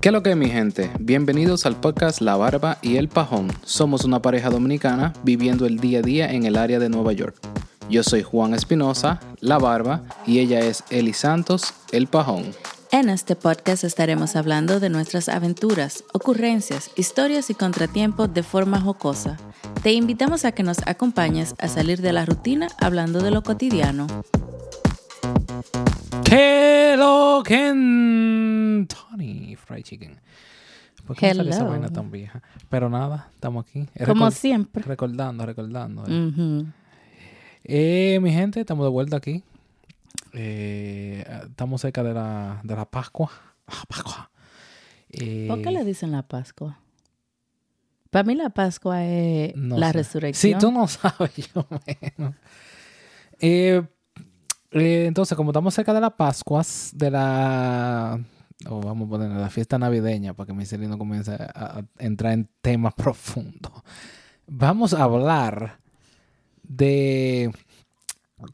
¿Qué lo que mi gente? Bienvenidos al podcast La Barba y el Pajón. Somos una pareja dominicana viviendo el día a día en el área de Nueva York. Yo soy Juan Espinosa, La Barba, y ella es Eli Santos, el Pajón. En este podcast estaremos hablando de nuestras aventuras, ocurrencias, historias y contratiempos de forma jocosa. Te invitamos a que nos acompañes a salir de la rutina hablando de lo cotidiano. ¿Qué lo que Tony Fried Chicken? ¿Por qué me sale esa Hello. vaina tan vieja? Pero nada, estamos aquí. Eh, Como recor- siempre. Mm. Recordando, recordando. eh. Ujú. Eh, mi gente, estamos de vuelta aquí. Eh, estamos cerca de la, de la Pascua. Ah, Pascua. Eh, ¿Por qué le dicen la Pascua? Para mí la Pascua es no la sé. resurrección. Sí, tú no sabes, yo menos. Eh, eh, entonces, como estamos cerca de las Pascuas, de la... o vamos a poner la fiesta navideña para que mi cerebro no comience a, a entrar en temas profundos. Vamos a hablar de...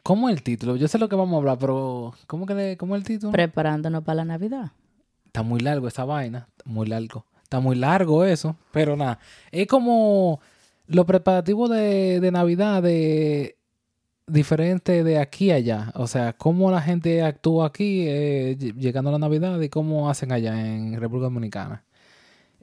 ¿Cómo es el título? Yo sé lo que vamos a hablar, pero ¿cómo, que le- cómo es el título? Preparándonos para la Navidad. Está muy largo esa vaina. Está Muy largo. Está muy largo eso. Pero nada. Es como los preparativos de, de Navidad de diferente de aquí a allá. O sea, cómo la gente actúa aquí eh, ll- llegando a la Navidad y cómo hacen allá en República Dominicana.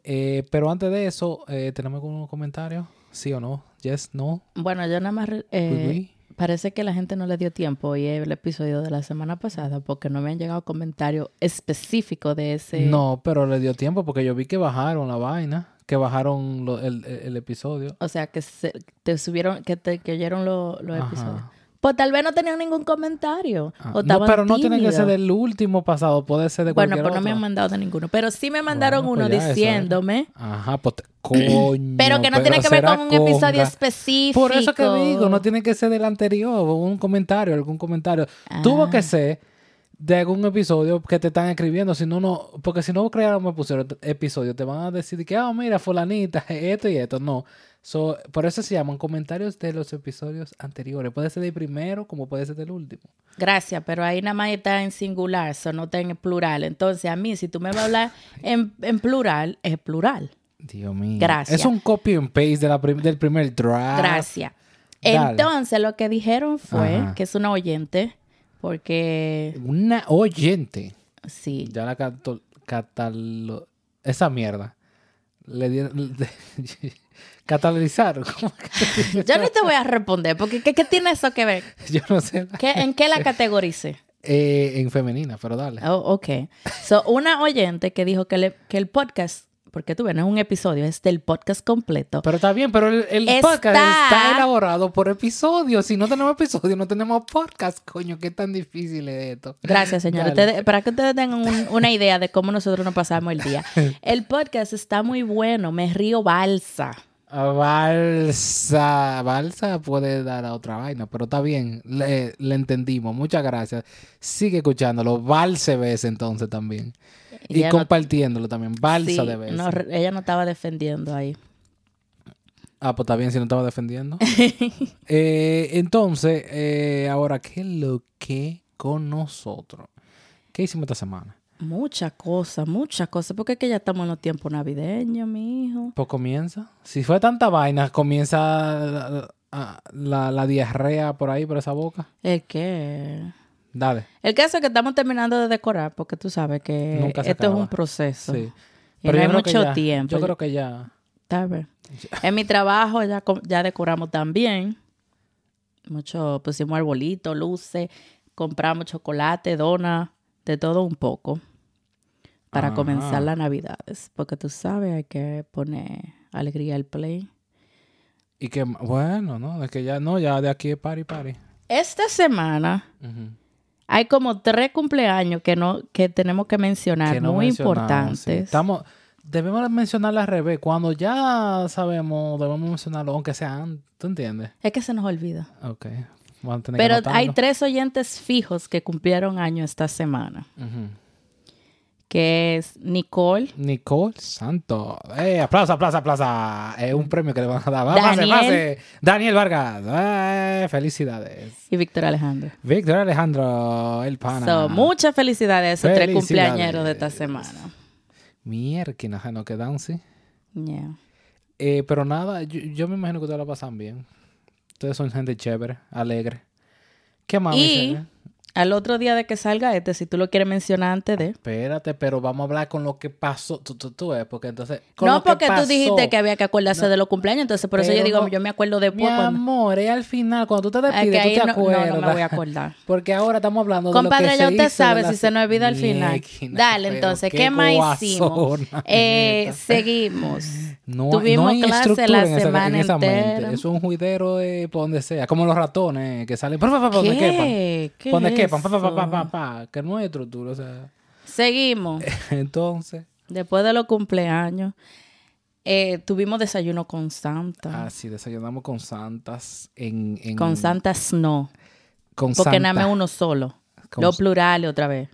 Eh, pero antes de eso, eh, ¿tenemos algún comentario? ¿Sí o no? ¿Yes? ¿No? Bueno, yo nada más... re- ¿We, eh, we? Parece que la gente no le dio tiempo y el episodio de la semana pasada porque no me han llegado comentarios específicos de ese... No, pero le dio tiempo porque yo vi que bajaron la vaina. Que bajaron lo- el, el- el episodio. O sea, que se- te subieron, que te que oyeron lo- los Ajá. episodios. Pues tal vez no tenían ningún comentario. Ah, o no, estaban pero no tiene que tímidos. ser del último pasado, puede ser de Bueno, cualquier pues no me han otro. mandado de ninguno. Pero sí me mandaron Bueno, pues uno ya, eso es. diciéndome. Ajá, pues te- coño. Pero que no tiene que ver será con un episodio conga. específico. Por eso que digo, no tiene que ser del anterior, o un comentario, algún comentario. Tuvo Ah. que ser de algún episodio que te están escribiendo, si no, no, porque si no crearon me pusieron t- episodio, te van a decir que, ah, mira, fulanita, esto y esto, no. So, por eso se llaman comentarios de los episodios anteriores. Puede ser del primero como puede ser del último. Gracias, pero ahí nada más está en singular, eso no está en plural. Entonces, a mí, si tú me vas a hablar en, en plural, es plural. Dios mío. Gracias. Es un copy and paste de la prim- del primer draft. Gracias. Ah, Dale. Entonces, lo que dijeron fue Ajá. que es una oyente, porque Una oyente. sí, Ya la cato- catalo... Esa mierda. Le dieron... Catalizar. ¿Cómo que? yo no te voy a responder, porque ¿qué, qué tiene eso que ver? Yo no sé. ¿Qué- ¿En qué la categorice? Eh, en femenina, pero dale. Oh, ok. So, una oyente que dijo que, le- que el podcast, porque tú ves, no es un episodio, es del podcast completo. Pero está bien, pero el, el Está- podcast está elaborado por episodios. Si no tenemos episodios, no tenemos podcast, coño. Qué tan difícil es esto. Gracias, señor. Dale. Ustedes- para que ustedes tengan un- una idea de cómo nosotros nos pasamos el día. El podcast está muy bueno, me río balsa. Balsa, balsa puede dar a otra vaina, pero está bien, le, le entendimos, muchas gracias. Sigue escuchándolo, balse ves entonces también. Y Ya no- compartiéndolo también, balsa Sí, de vez. no, ella no estaba defendiendo ahí. Ah, pues está bien si no estaba defendiendo. Eh, entonces, eh, ahora, ¿qué es lo que con nosotros? ¿Qué hicimos esta semana? Muchas cosas, muchas cosas, porque es que ya estamos en los tiempos navideños, mi hijo. Pues comienza. Si fue tanta vaina, comienza la- la- la- la diarrea por ahí, por esa boca. El que. Dale. El caso es que estamos terminando de decorar, porque tú sabes que Nunca se esto es acaba. un proceso. Sí. Y no hay yo creo que mucho ya- tiempo. Yo creo que ya. Tal vez. En mi trabajo ya, co- ya decoramos también. Mucho, pusimos arbolitos, luces, compramos chocolate, dona, de todo un poco. Para Ajá. comenzar las navidades. Porque tú sabes, hay que poner alegría al play. Y que, bueno, ¿no? De que ya, no, ya de aquí es party, party. Esta semana Ujú. hay como tres cumpleaños que no que tenemos que mencionar, Que no Ah, muy mencionamos, importantes. sí. Estamos, debemos mencionarla al revés. Cuando ya sabemos, debemos mencionarlo, aunque sea antes. ¿Tú entiendes? Es que se nos olvida. Ok. Vamos a tener que Pero hay anotarlo. tres oyentes fijos que cumplieron año esta semana, Ujú. que es Nicole, Nicole Santos. Eh, aplauso, aplauso, aplauso. Es un premio que le van a dar. Vamos, pase, Daniel. pase. Daniel Vargas. Eh, felicidades. y Víctor Alejandro. Víctor Alejandro, el pana. So, muchas felicidades a esos tres Ah, Felicidades. cumpleañeros de esta semana. Mierda, nos quedan, sí. Yeah. Eh, pero nada, yo, yo me imagino que ustedes la pasan bien. Ustedes son gente chévere, alegre. ¿Qué más? Y- Vicente? Al otro día de que salga este, si tú lo quieres mencionar antes de. Espérate, pero vamos a hablar con lo que pasó. Tú, tú, tú, eh, porque entonces. con no, lo que porque tú pasó, dijiste que había que acordarse No. de los cumpleaños, entonces por eso Pero yo digo, no- yo me acuerdo Mi después. cuando... amor, es al final, cuando tú te Ah, que despides, ahí tú te no, no, acuerdas. no me voy a acordar. Porque ahora estamos hablando de lo Compadre, ya que se usted hizo de sabe, la si se nos olvida al final. Mierda, Dale, pero entonces, ¿qué, más hicimos? guasona, Eh, neta. seguimos. No, hay- no Tuvimos hay clase estructura la en esa- en semana esa mente. entera. Eso es un juidero de por donde sea. Como los ratones que salen. pa, pa, pa, pa, Donde quepan. ¿Qué? ¿Qué Donde es quepan. pa, pa, pa, pa, eso? pa, pa, Que no hay estructura. O sea. Seguimos. Entonces. Después de los cumpleaños, eh, tuvimos desayuno con Santa. Así desayunamos con santas. En, en- Ah. con Santa Snow. Con Porque nada santa. más uno solo. Con- Los plurales otra vez.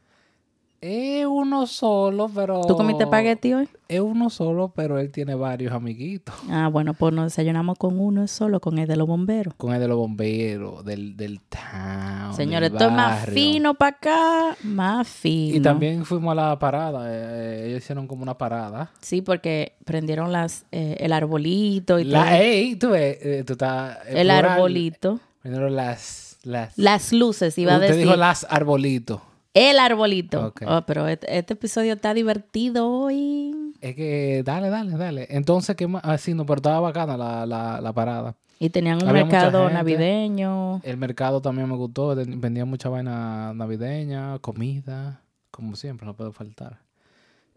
Es uno solo, pero. ¿Tú comiste espagueti hoy? Es uno solo, pero él tiene varios amiguitos. Ah, bueno, pues nos desayunamos con uno solo, con el de los bomberos. Con el de los bomberos, del, del town. Señores, del esto es más barrio. fino para acá, más fino. Y también fuimos a la parada. eh, ellos hicieron como una parada. Sí, porque prendieron las eh, el arbolito y todo. La, ey, tú ves, eh, tú estás. eh, el plural. arbolito. Primero las. las Las luces, iba a Usted decir. dijo las arbolitos. El arbolito. Ok. Oh, pero este, este episodio está divertido hoy. Es que, dale, dale, dale. Entonces, ¿qué más? Ah, Así, no, pero estaba bacana la, la, la parada. Y tenían un Había mucha mercado gente. navideño. El mercado también me gustó. ten- Vendían mucha vaina navideña, comida, como siempre, no puede faltar.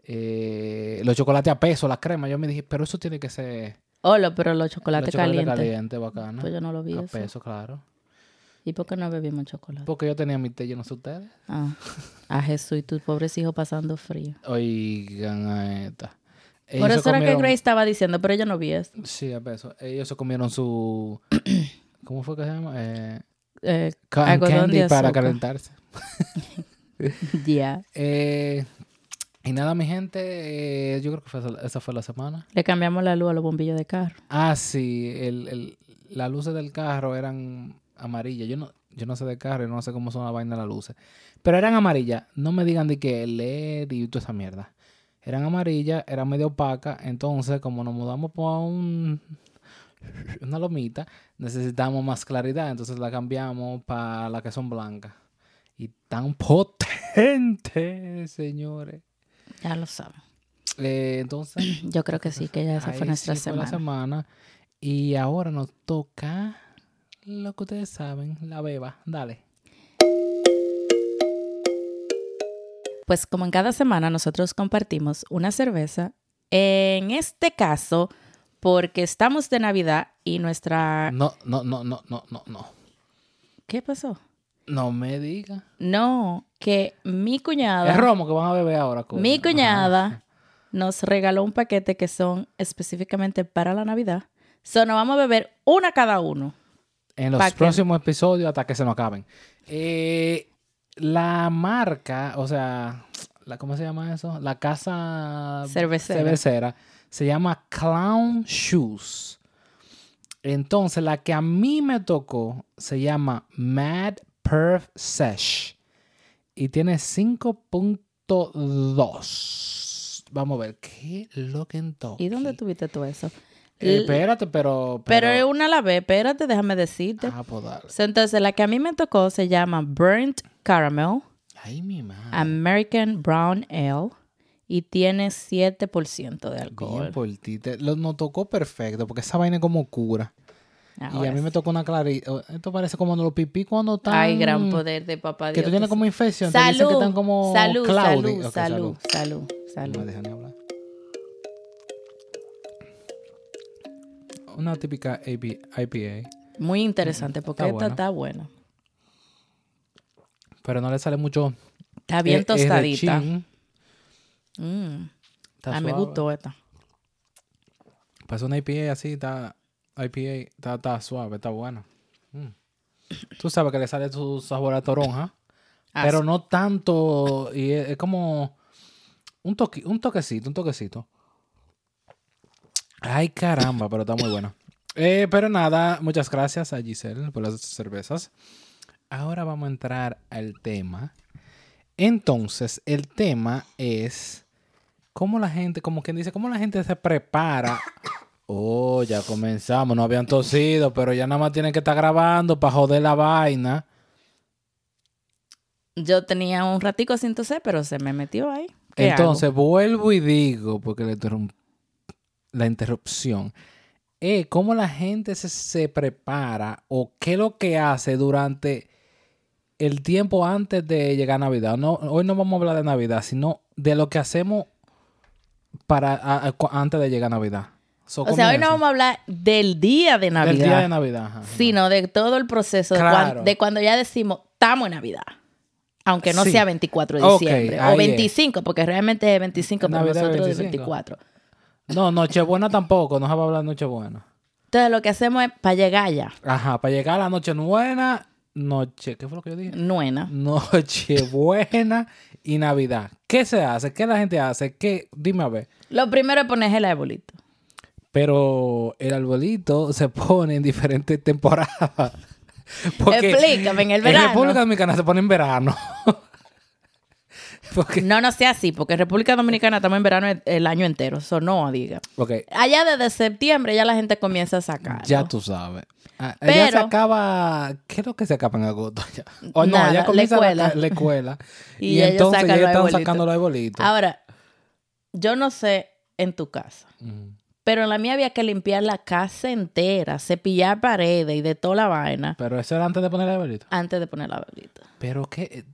Eh, los chocolates a peso, las cremas. Yo me dije, pero eso tiene que ser. Hola, pero los los chocolates chocolates calientes. calientes, bacano. Pues yo no lo vi a eso. peso, claro. ¿Y por qué no bebimos chocolate? Porque yo tenía mi té, yo no sé ustedes. Ah, a Jesús y tus pobres hijos pasando frío. Oigan a esta. Ellos Por se eso era que comieron- Grace estaba diciendo, pero yo no vi eso. Sí, a peso. Ellos se comieron su. ¿Cómo fue que se llama? Eh, Eh, cotton Algodón de candy para azúcar. calentarse. ya. Eh, y nada, mi gente, eh, yo creo que fue esa, esa fue la semana. Le cambiamos la luz a los bombillos de carro. Ah, sí, el, el- las luces del carro eran amarillas. Yo no, yo no sé de carro, yo no sé cómo son las vainas de las luces. Pero eran amarillas. No me digan de que LED y toda esa mierda. Eran amarillas, eran medio opacas. Entonces, como nos mudamos por un, una lomita, necesitamos más claridad. Entonces la cambiamos para las que son blancas. Y tan potente, señores. Ya lo saben. Eh, entonces... Yo creo que sí, que ya esa Ahí fue nuestra sí fue semana. la semana. Y ahora nos toca lo que ustedes saben, la beba. Dale. Pues como en cada semana nosotros compartimos una cerveza, en este caso porque estamos de Navidad y nuestra... No, no, no, no, no, no, no. ¿Qué pasó? No me diga. No, que mi Es cuñada, romo que van a beber ahora. coño. mi Ajá. cuñada nos regaló un paquete que son específicamente para la Navidad. So, nos vamos a beber una cada uno. En los Pa' que- próximos episodios hasta que se nos acaben. Eh, la marca, o sea, la, ¿cómo se llama eso? La casa Cervecera. cervecera se llama Clown Shoes. Entonces, la que a mí me tocó se llama Mad Perf Sesh. Y tiene 5.2. Vamos a ver, qué lo que ¿Y dónde tuviste todo eso? L- Espérate, Eh, pero. pero es una a la vez, espérate, déjame decirte. Ah, pues dale. So, entonces, la que a mí me tocó se llama Burnt Caramel. Ay, mi madre. American Brown Ale y tiene 7% de Bien alcohol. por ti. Te- lo, nos tocó perfecto, porque esa vaina es como oscura. y Ahora a mí me sí. tocó una claridad. Esto parece como cuando los pipí cuando están... Ay, gran poder de papá Que Dios. tú tienes como infección. te dicen salud, que están como salud, cloudy. salud, Ok, salud, salud, No me salud. dejan ni hablar. Una típica AP IPA. Muy interesante porque Mm, Está esta bueno. está buena. Pero no le sale mucho... Está bien eh, eh, tostadita. rechín. Mm, Está ah, me suave. gustó esta. Pasó una IPA así, está... IPA está, está suave, está buena. Mm. Tú sabes que le sale su sabor a toronja. Ah, pero no tanto. Y es, es como un, toque, un toquecito, un toquecito. Ay, caramba, pero está muy buena. Eh, pero nada, muchas gracias a Giselle por las cervezas. Ahora vamos a entrar al tema. Entonces, el tema es cómo la gente, como quien dice, cómo la gente se prepara. Oh, ya comenzamos, no habían tosido, pero ya nada más tienen que estar grabando para joder la vaina. Yo tenía un ratico sin toser, pero se me metió ahí. ¿Qué Entonces, vuelvo y digo, porque la, interrum- la interrupción, eh, cómo la gente se, se prepara o qué es lo que hace durante el tiempo antes de llegar a Navidad. No, hoy no vamos a hablar de Navidad, sino de lo que hacemos para a- a- cu- antes de llegar a Navidad. So, hago? O sea, hoy no comienza. vamos a hablar del día de Navidad, Del día de Navidad. ajá. sino de todo el proceso de, Claro. cuan- de cuando ya decimos, estamos en Navidad. Aunque no Sí. sea 24 de Ok, diciembre ahí o es. 25, porque realmente es 25, pero Navidad es nosotros es 25. 24. No, Nochebuena tampoco, no se va a hablar de Nochebuena. Entonces lo que hacemos es para llegar ya, Ajá, para llegar a la Nochebuena, noche, ¿qué fue lo que yo dije? nuena. Nochebuena y Navidad. ¿Qué se hace? ¿Qué la gente hace? ¿Qué? Dime a ver. Lo primero es poner el arbolito. Pero el arbolito se pone en diferentes temporadas. Porque Explícame, en el En verano. República Dominicana se pone en verano. Porque, No, no sea así, porque en República Dominicana estamos en verano el- el año entero. Eso no, diga. ok, Allá desde septiembre ya la gente comienza a sacar. ya tú sabes. Ah, ya se Pero- acaba. ¿Qué es lo que se acaba en agosto? Ya? O no, Nada, ya la comienza la, escuela. ca- la escuela. Y y ellos entonces ya sacan los están arbolitos. Ah. sacando los arbolitos. Ahora, yo no sé en tu casa, Ujú. pero en la mía había que limpiar la casa entera, cepillar paredes y de toda la vaina Pero eso era antes de poner el arbolito. antes de poner la bolita. Pero que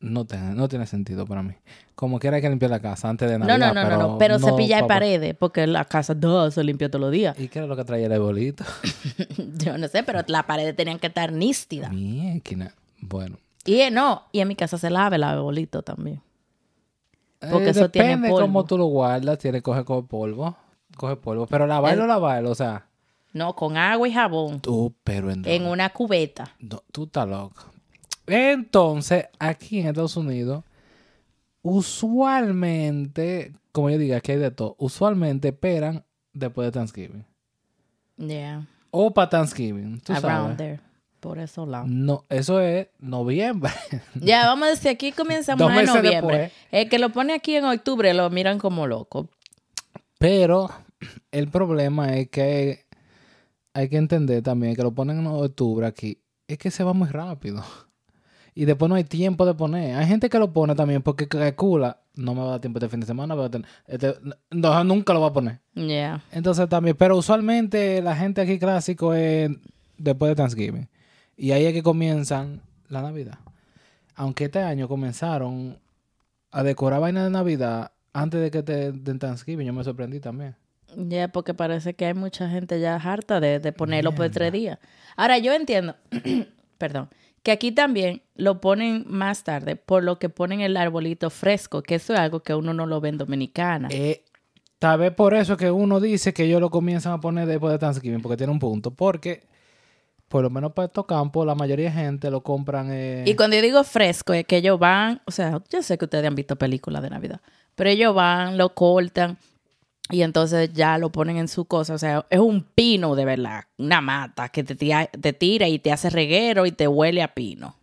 no tiene, no tiene sentido para mí. Como quiera hay que limpiar la casa antes de No, Navidad. no, no, no, no, pero cepillar pa- paredes, porque la casa duh, se limpia todos los días. ¿Y qué era lo que traía el arbolito? yo no sé, pero las paredes tenían que estar nístidas. Mi esquina. Bueno. Y eh, no, y en mi casa se lava el arbolito también. Porque Eh, eso tiene depende polvo. cómo tú lo guardas, tiene coge coge polvo, coge polvo, pero lavarlo, lavarlo, o sea, No, con agua y jabón. tú, pero en, En una cubeta. no, tú estás loco. Entonces, aquí en Estados Unidos, usualmente, como yo diga, que hay de todo, usualmente esperan después de Thanksgiving Yeah. o para Thanksgiving, tú Around sabes. there. Por eso lado. No, eso es noviembre. Ya, vamos a decir, aquí comenzamos Dos en meses noviembre. después. El que lo pone aquí en octubre lo miran como loco. Pero el problema es que hay que entender también que lo ponen en octubre aquí. Es que se va muy rápido. Y después no hay tiempo de poner. Hay gente que lo pone también porque calcula, no me va a dar tiempo este fin de semana, pero ten- este- no, nunca lo va a poner. Yeah. Entonces también, pero usualmente la gente aquí clásico es después de Thanksgiving. Y ahí es que comienzan la Navidad. Aunque este año comenzaron a decorar vainas de Navidad antes de que te den Thanksgiving, yo me sorprendí también. Yeah, porque parece que hay mucha gente ya harta de, de ponerlo por tres días. Ahora, yo entiendo, perdón, que aquí también lo ponen más tarde, por lo que ponen el arbolito fresco, que eso es algo que uno no lo ve en Dominicana. Eh, tal vez por eso que uno dice que ellos lo comienzan a poner después de Thanksgiving, porque tiene un punto. Porque, por lo menos para estos campos, la mayoría de gente lo compran. eh, Y cuando yo digo fresco, es que ellos van, o sea, yo sé que ustedes han visto películas de Navidad, pero ellos van, lo cortan y entonces ya lo ponen en su cosa. O sea, es un pino de verdad, una mata que te tira, te tira y te hace reguero y te huele a pino.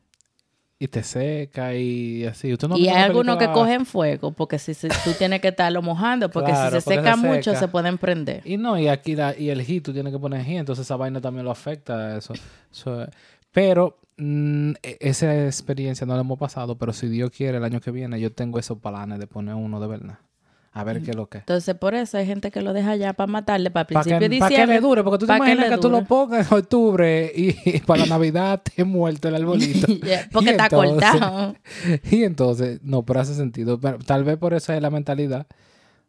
y te seca y así. Usted no ha y visto hay una algunos que película- cogen fuego, porque si se- tú tienes que estarlo mojando, porque Claro, si se porque se seca mucho seca. se pueden prender. Y no, y aquí la, y el heat, tú tienes que poner heat, entonces esa vaina también lo afecta a eso. Eso es. pero mm, e- esa experiencia no la hemos pasado, pero si Dios quiere, el año que viene yo tengo esos planes de poner uno de verdad. A Mm. ver qué es lo que es. Entonces, por eso hay gente que lo deja ya para matarle, para Para principio que, de pa' que diciembre. le dure, porque tú te pa' que imaginas le que, tú dure. lo pongas en octubre y, para la Navidad te he muerto el arbolito. Ya, porque Y está entonces- cortado. Y entonces, no, pero hace sentido. Pero tal vez por eso es la mentalidad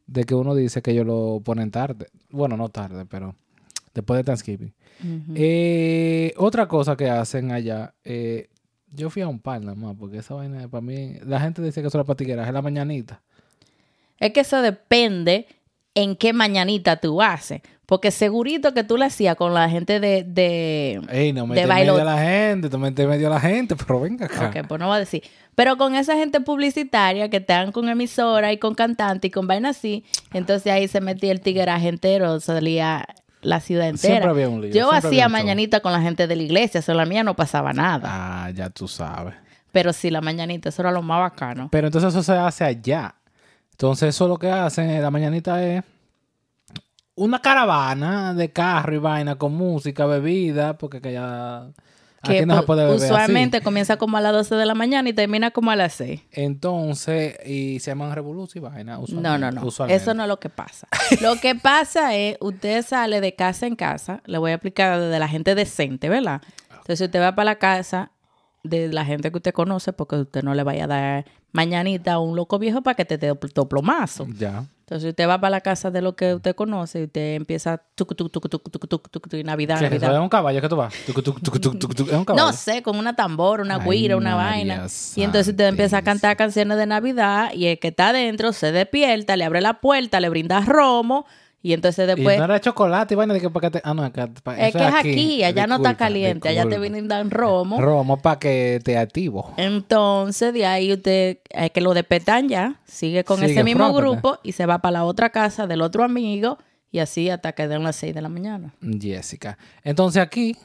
de que uno dice que ellos lo ponen tarde. Bueno, no tarde, pero después de Thanksgiving. Ujú. Eh, otra cosa que hacen allá, eh, yo fui a un par nada más, porque esa vaina para mí, la gente dice que eso era patigueras, es la mañanita. Es que eso depende en qué mañanita tú haces. Porque segurito que tú lo hacías con la gente de... de... Ey, no me De medio bailo- a la gente, no me medio a la gente, pero venga acá. Ok, pues no va a decir. Pero con esa gente publicitaria que están con emisora y con cantante y con vaina así, entonces ahí se metía el tigueraje entero, salía la ciudad entera. Siempre había un lío, Yo siempre había hacía un show. mañanita con la gente de la iglesia, solo la mía no pasaba nada. Ah, ya tú sabes. Pero sí, la mañanita, eso era lo más bacano. Pero entonces eso se hace allá. Entonces, eso lo que hacen en la mañanita es una caravana de carro y vaina con música, bebida, porque que ya Que aquí no se pu- puede beber así. usualmente comienza como a las 12 de la mañana y termina como a las 6. Entonces, y se llaman revolución y vaina. No, no, no. usualmente. Eso no es lo que pasa. Lo que pasa es, usted sale de casa en casa, le voy a explicar desde la gente decente, ¿verdad? Ah. Entonces usted va para la casa de la gente que usted conoce porque usted no le vaya a dar mañanita a un loco viejo para que te dé toplomazo. Ya. Entonces usted va para la casa de lo que usted conoce y usted empieza tucu, tucu, tucu, tucu, tucu, tucu, tucu, y Navidad, ¿Qué es eso? Navidad. ¿Es un caballo que tú vas? Tucu, tucu, tucu, tucu, tucu, tucu. ¿Es un caballo? No sé, con una tambora, una Ay, guira, una María vaina. Y entonces usted empieza a cantar canciones de Navidad y el que está adentro se despierta, le abre la puerta, le brinda romo y entonces Y después... no era chocolate y vaina de que para que te... Ah, no, acá, pa- es eso que es aquí, allá no está Disculpa, caliente, allá te disculpa. brindan romo. Romo para que te activo. Entonces de ahí usted, eh, que lo despetan ya, sigue con Sigue, ese mismo frótate. grupo y se va para la otra casa del otro amigo y así hasta que den las 6 de la mañana. Jessica. Entonces aquí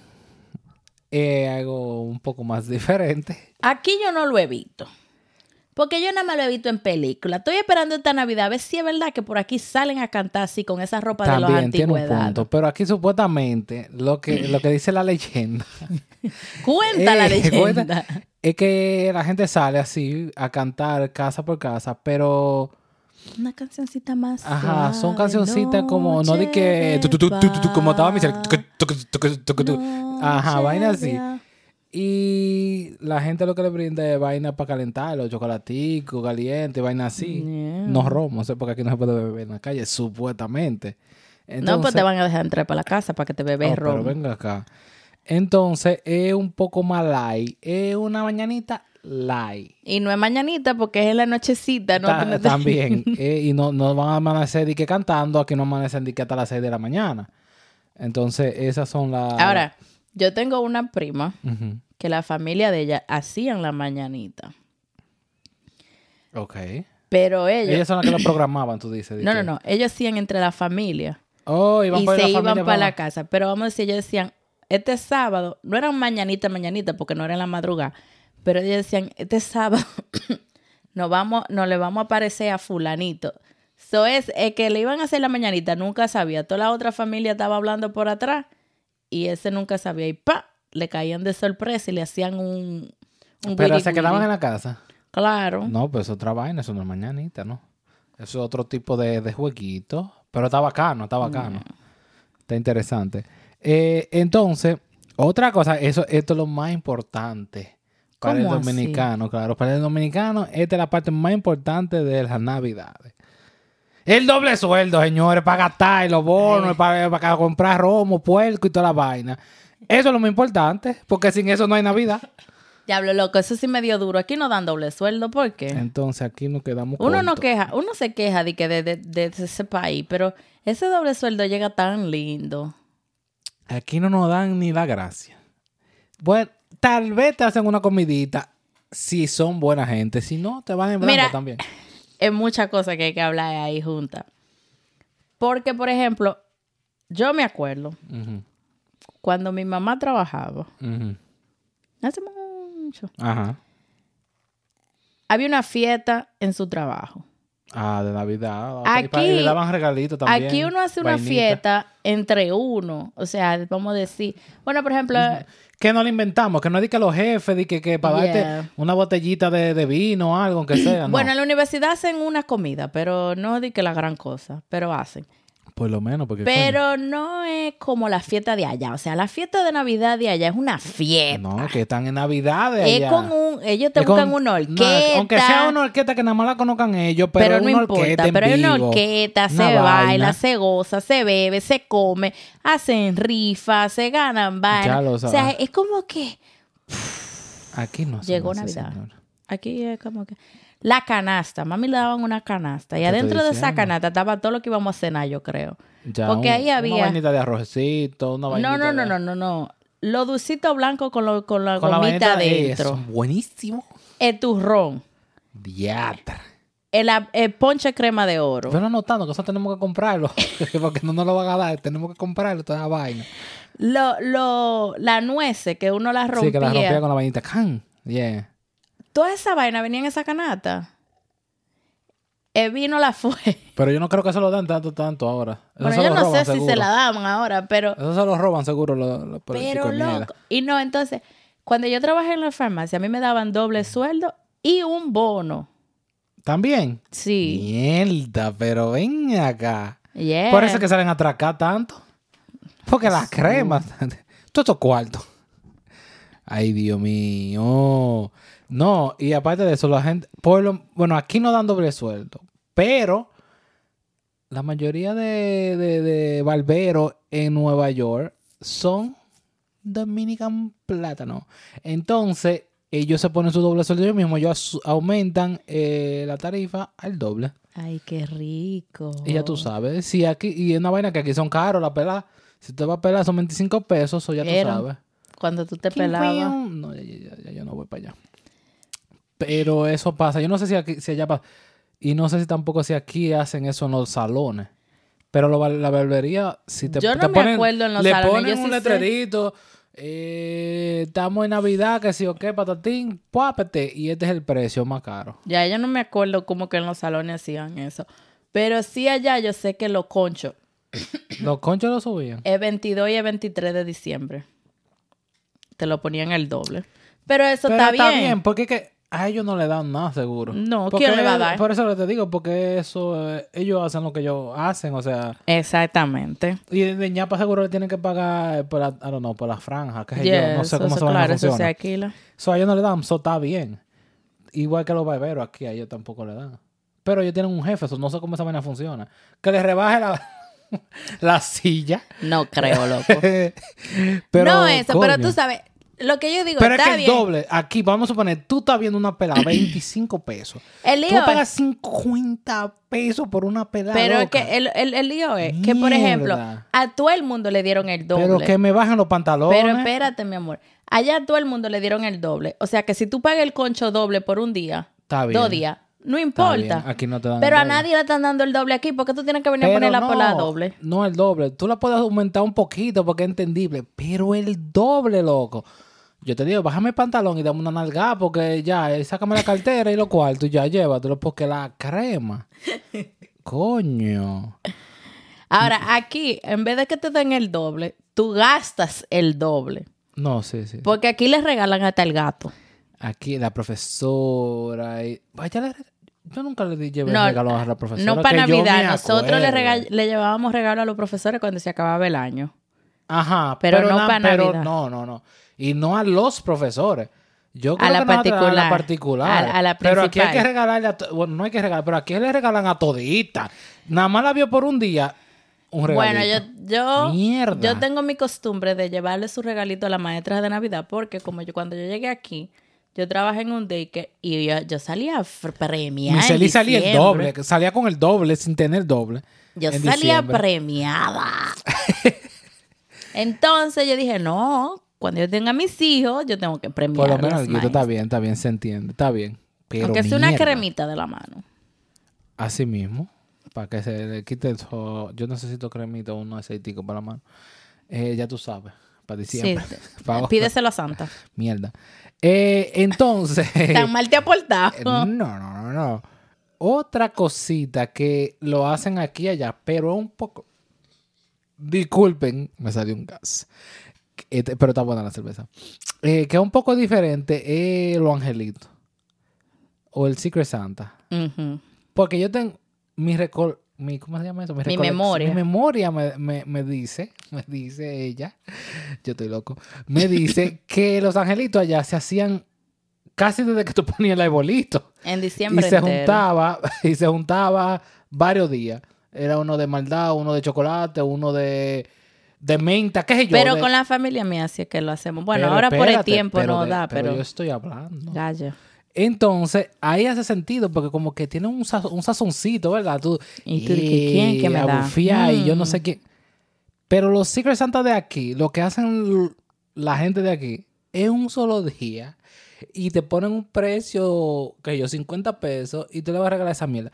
eh, algo un poco más diferente. Aquí yo no lo he visto. Porque yo nada más lo he visto en película. Estoy esperando esta Navidad a ver si es verdad que por aquí salen a cantar así con esa ropa de los También tiene un antigüedades. punto. Pero aquí supuestamente lo que, lo que dice la leyenda Cuenta la Eh, leyenda. cuenta. es que la gente sale así a cantar casa por casa, pero Una cancioncita más. ajá, son suave, cancioncitas como no di que noche tu, tu, tu, tu, tu, tu, como estaba mi ser- de tu, tu, tu, tu, tu, tu, tu. paz, ajá, noche vaina de así. a- Y la gente lo que le brinda es vaina para calentar, los chocolaticos, caliente, vaina así. Yeah. No romo, o sea, porque aquí no se puede beber en la calle, supuestamente. no, pues te Entonces- van a dejar entrar para la casa para que te bebes Oh, pero romo. venga acá. Entonces, es un poco más light. Es una mañanita light. Y no es mañanita porque es en la nochecita. ¿no? Ta- Que no te- también. eh, y no, no van a amanecer y que cantando, aquí no amanecen di que hasta las 6 de la mañana. Entonces, esas son las. Ahora, yo tengo una prima Ujú. que la familia de ella hacían la mañanita. Ok. Pero ellos... Ellas son las que lo programaban, tú dices. di No, no, que- no. Ellos hacían entre la familia. Oh, iban Y por ahí se la iban familia, para la vamos. casa. Pero vamos a decir, ellos decían, este sábado, no eran mañanita, mañanita, porque no era en la madrugada. Pero ellos decían, este sábado nos vamos, nos le vamos a aparecer a fulanito. Eso es, el que le iban a hacer la mañanita nunca sabía. Toda la otra familia estaba hablando por atrás y ese nunca sabía. Y pa, le caían de sorpresa y le hacían un... un Pero wiri se quedaban wiri. en la casa. Claro. No, pues es otra vaina, eso no es mañanita, ¿no? Eso es otro tipo de, de jueguito. Pero está bacano, está bacano. Mm. Está interesante. Eh, entonces, otra cosa, eso, esto es lo más importante para el ¿Cómo así? dominicano, claro. Para el dominicano, esta es la parte más importante de las navidades. El doble sueldo, señores, para gastar y los bonos, Ay. para, para comprar romo, puerco y toda la vaina. Eso es lo más importante, porque sin eso no hay Navidad. Diablo, loco, eso sí me dio duro. Aquí no dan doble sueldo, ¿por qué? Entonces aquí nos quedamos Uno no cortos. queja, uno se queja de que de, de- de ese país, pero ese doble sueldo llega tan lindo. Aquí no nos dan ni la gracia. Bueno, tal vez te hacen una comidita si son buena gente. Si no, te van en blanco Mira. también. Es muchas cosas que hay que hablar ahí juntas. Porque, por ejemplo, yo me acuerdo Ujú, cuando mi mamá trabajaba, ujú. hace mucho, Ajá. había una fiesta en su trabajo. Ah, de Navidad. Y pa- y Aquí- le daban regalitos también. Aquí uno hace una vainita. fiesta entre uno, o sea, vamos a decir, bueno, por ejemplo, Que no lo inventamos, que no di que los jefes, di que, que para darte Yeah. una botellita de, de vino o algo, aunque sea. no. bueno, en la universidad hacen una comida, pero no di que la gran cosa, pero hacen. Por lo menos, porque. Pero no es como la fiesta de allá. O sea, la fiesta de Navidad de allá es una coño, fiesta. No, que están en Navidades. es allá. con un, ellos te Es con- buscan una no, orquesta. aunque sea una orquesta que nada más la conozcan ellos, pero, pero, no una orquesta importa. en Pero hay una vivo, orquesta, se una baila, vaina. se goza, se bebe, se come, hacen rifas, se ganan Ya vainas. lo O sea, sabes. es como que Aquí no. llegó somos así, Navidad. señora. Aquí es como que la canasta. Mami le daban una canasta y estoy adentro de esa diciendo. canasta estaba todo lo que íbamos a cenar, yo creo. Ya, Porque un- ahí había- Una vainita de arrocito, una vainita No, no, no, de- no, no, no. Los dulcitos blancos con, lo- con la Con la gomita vainita de adentro. eso, Buenísimo. el turrón, Diatra. el, a- el ponche crema de oro. Pero anotando que eso tenemos que comprarlo. Porque no nos lo van a dar. Tenemos que comprarlo toda la vaina. Lo, lo, la nuece que uno la rompía. Sí, que la rompía con la vainita. Can. Yeah. Toda esa vaina venía en esa canasta. El Eh, vino la fue. Pero yo no creo que se lo dan tanto, tanto ahora. Eso Bueno, se yo lo no roban, sé si seguro. se la daban ahora, pero... Eso se lo roban seguro los lo, Pero chicos de mierda. loco. Y no, entonces, cuando yo trabajé en la farmacia, a mí me daban doble sueldo y un bono. También. Sí. Mierda, pero ven acá. Yeah. Por eso es que salen a atracar tanto. Porque las cremas. Todo esto cuarto. Ay, Dios mío. No, y aparte de eso, la gente. por lo- bueno, aquí no dan doble sueldo. Pero la mayoría de, de, de barberos en Nueva York son Dominican plátano. Entonces, ellos se ponen su doble sueldo ellos mismos. Ellos asu- aumentan eh, la tarifa al doble. Ay, qué rico. Y ya tú sabes, si aquí, y es una vaina que aquí son caros la pelada. Si te vas a pelar son 25 pesos, o ya tú Vieron, sabes. Cuando tú te Quim, pelabas. quim. No, ya, ya- ya- ya yo no voy para allá. Pero eso pasa. Yo no sé si, aquí, si allá pasa. Y no sé si tampoco si aquí hacen eso en los salones. Pero lo- la barbería, si te, Yo te no me ponen, acuerdo en los le salones, ponen yo un sí sé. letrerito. eh, estamos en Navidad, que si o qué, patatín, puápete. Y este es el precio más caro. Ya yo no me acuerdo cómo que en los salones hacían eso. Pero sí allá yo sé que los conchos Los conchos lo subían. es 22 y es 23 de diciembre. Te lo ponían el doble. Pero eso Pero está, bien. porque es que a ellos no le dan nada seguro. No, Porque ¿quién le va a dar? Por eso lo te digo, porque eso, eh, ellos hacen lo que ellos hacen, o sea, Exactamente. y de ñapa seguro le tienen que pagar eh, por la, I don't know, por la franja, qué sé yo, no Yes, sé cómo eso, se van claro, a eso se funcionar. alquila. So, a ellos no le dan, eso está bien. Igual que los barberos aquí, a ellos tampoco le dan. Pero ellos tienen un jefe, so, no sé cómo esa vaina funciona. Que les rebaje la, la silla. No creo, loco. pero, no eso, pero coño. tú sabes, lo que yo digo Pero es está que el bien. doble, aquí vamos a suponer, tú estás viendo una pelada, 25 pesos. El Tú lío es- pagas 50 pesos por una pelada. pero es loca. que el, el, el lío es que, por Mierda. ejemplo, a todo el mundo le dieron el doble. Pero que me bajan los pantalones. Pero espérate, mi amor. Allá a todo el mundo le dieron el doble. O sea que si tú pagas el concho doble por un día, Está bien. dos días, no Está bien, importa. Aquí no te dan pero el a doble. nadie le están dando el doble aquí. porque tú tienes que venir Pero a poner la no, pola doble? No, el doble. Tú la puedes aumentar un poquito porque es entendible. Pero el doble, loco. Yo te digo, bájame el pantalón y dame una nalgada porque ya, eh, sácame la cartera y lo cuartos y ya llévatelo porque la crema. Coño. Ahora, aquí, en vez de que te den el doble, tú gastas el doble. No, sí, sí. Porque aquí les regalan hasta el gato. Aquí la profesora. Y... Vaya, le- Yo nunca le di- llevé No, regalos a la profesora. No para que yo me Navidad. Nosotros le, acuerde. rega- le llevábamos regalo a los profesores cuando se acababa el año. Ajá, pero pero, no na- pa' pero Navidad. no, no, no. Y no a los profesores. Yo A creo la que nosotros- a particular. la particular. A- a la pero aquí hay principal. que regalarle a to- Bueno, no hay que regalar, pero aquí le regalan a todita. Nada más la vio por un día un regalito. Bueno, yo, yo, Mierda. yo tengo mi costumbre de llevarle su regalito a la maestra de Navidad porque como yo cuando yo llegué aquí, yo trabajé en un daycare y yo, yo salía fr- premiada. en Miseli salía el diciembre. doble, que salía con el doble sin tener doble. Yo en salía diciembre. premiada. Entonces yo dije, no, cuando yo tenga mis hijos, yo tengo que premiar. Por lo menos el maestras. está bien, está bien, se entiende, está bien. Pero Aunque sea una mierda. cremita de la mano. Así mismo, para que se le quite eso. Yo necesito cremita o un aceitico para la mano. Eh, ya tú sabes, para diciembre. Sí, Pa' ahora. Pídeselo a Santa. Mierda. Eh, entonces, Tan mal te ha eh, portado. no, no, no, no. Otra cosita que lo hacen aquí y allá, pero un poco. Disculpen, me salió un gas. Este- pero está buena la cerveza. Eh, que es un poco diferente es lo angelito. O el Secret Santa. Ujú. Porque yo tengo mi recol... Mi, ¿Cómo se llama eso? Mi recolección- memoria. Mi memoria me, me- me dice, me dice ella, yo estoy loco, me dice que los angelitos allá se hacían casi desde que tú ponías el arbolito. En Y diciembre se entero. juntaba, y se juntaba varios días. Era uno de maldad, uno de chocolate, uno de, de menta, qué sé yo. Pero de- con la familia mía sí es que lo hacemos. Bueno, Pero ahora por el espérate, tiempo pero no de- da, pero... Pero yo estoy hablando. Gallo. Entonces, ahí hace sentido, porque como que tiene un, sazo- un sazoncito, ¿verdad? Tú, Y tú dices, ¿quién que me "Eh, da?" abufía, Y yo no Mm. sé quién. Pero los Secret Santa de aquí, lo que hacen l- la gente de aquí, es un solo día y te ponen un precio, que yo, 50 pesos, y tú le vas a regalar esa mierda.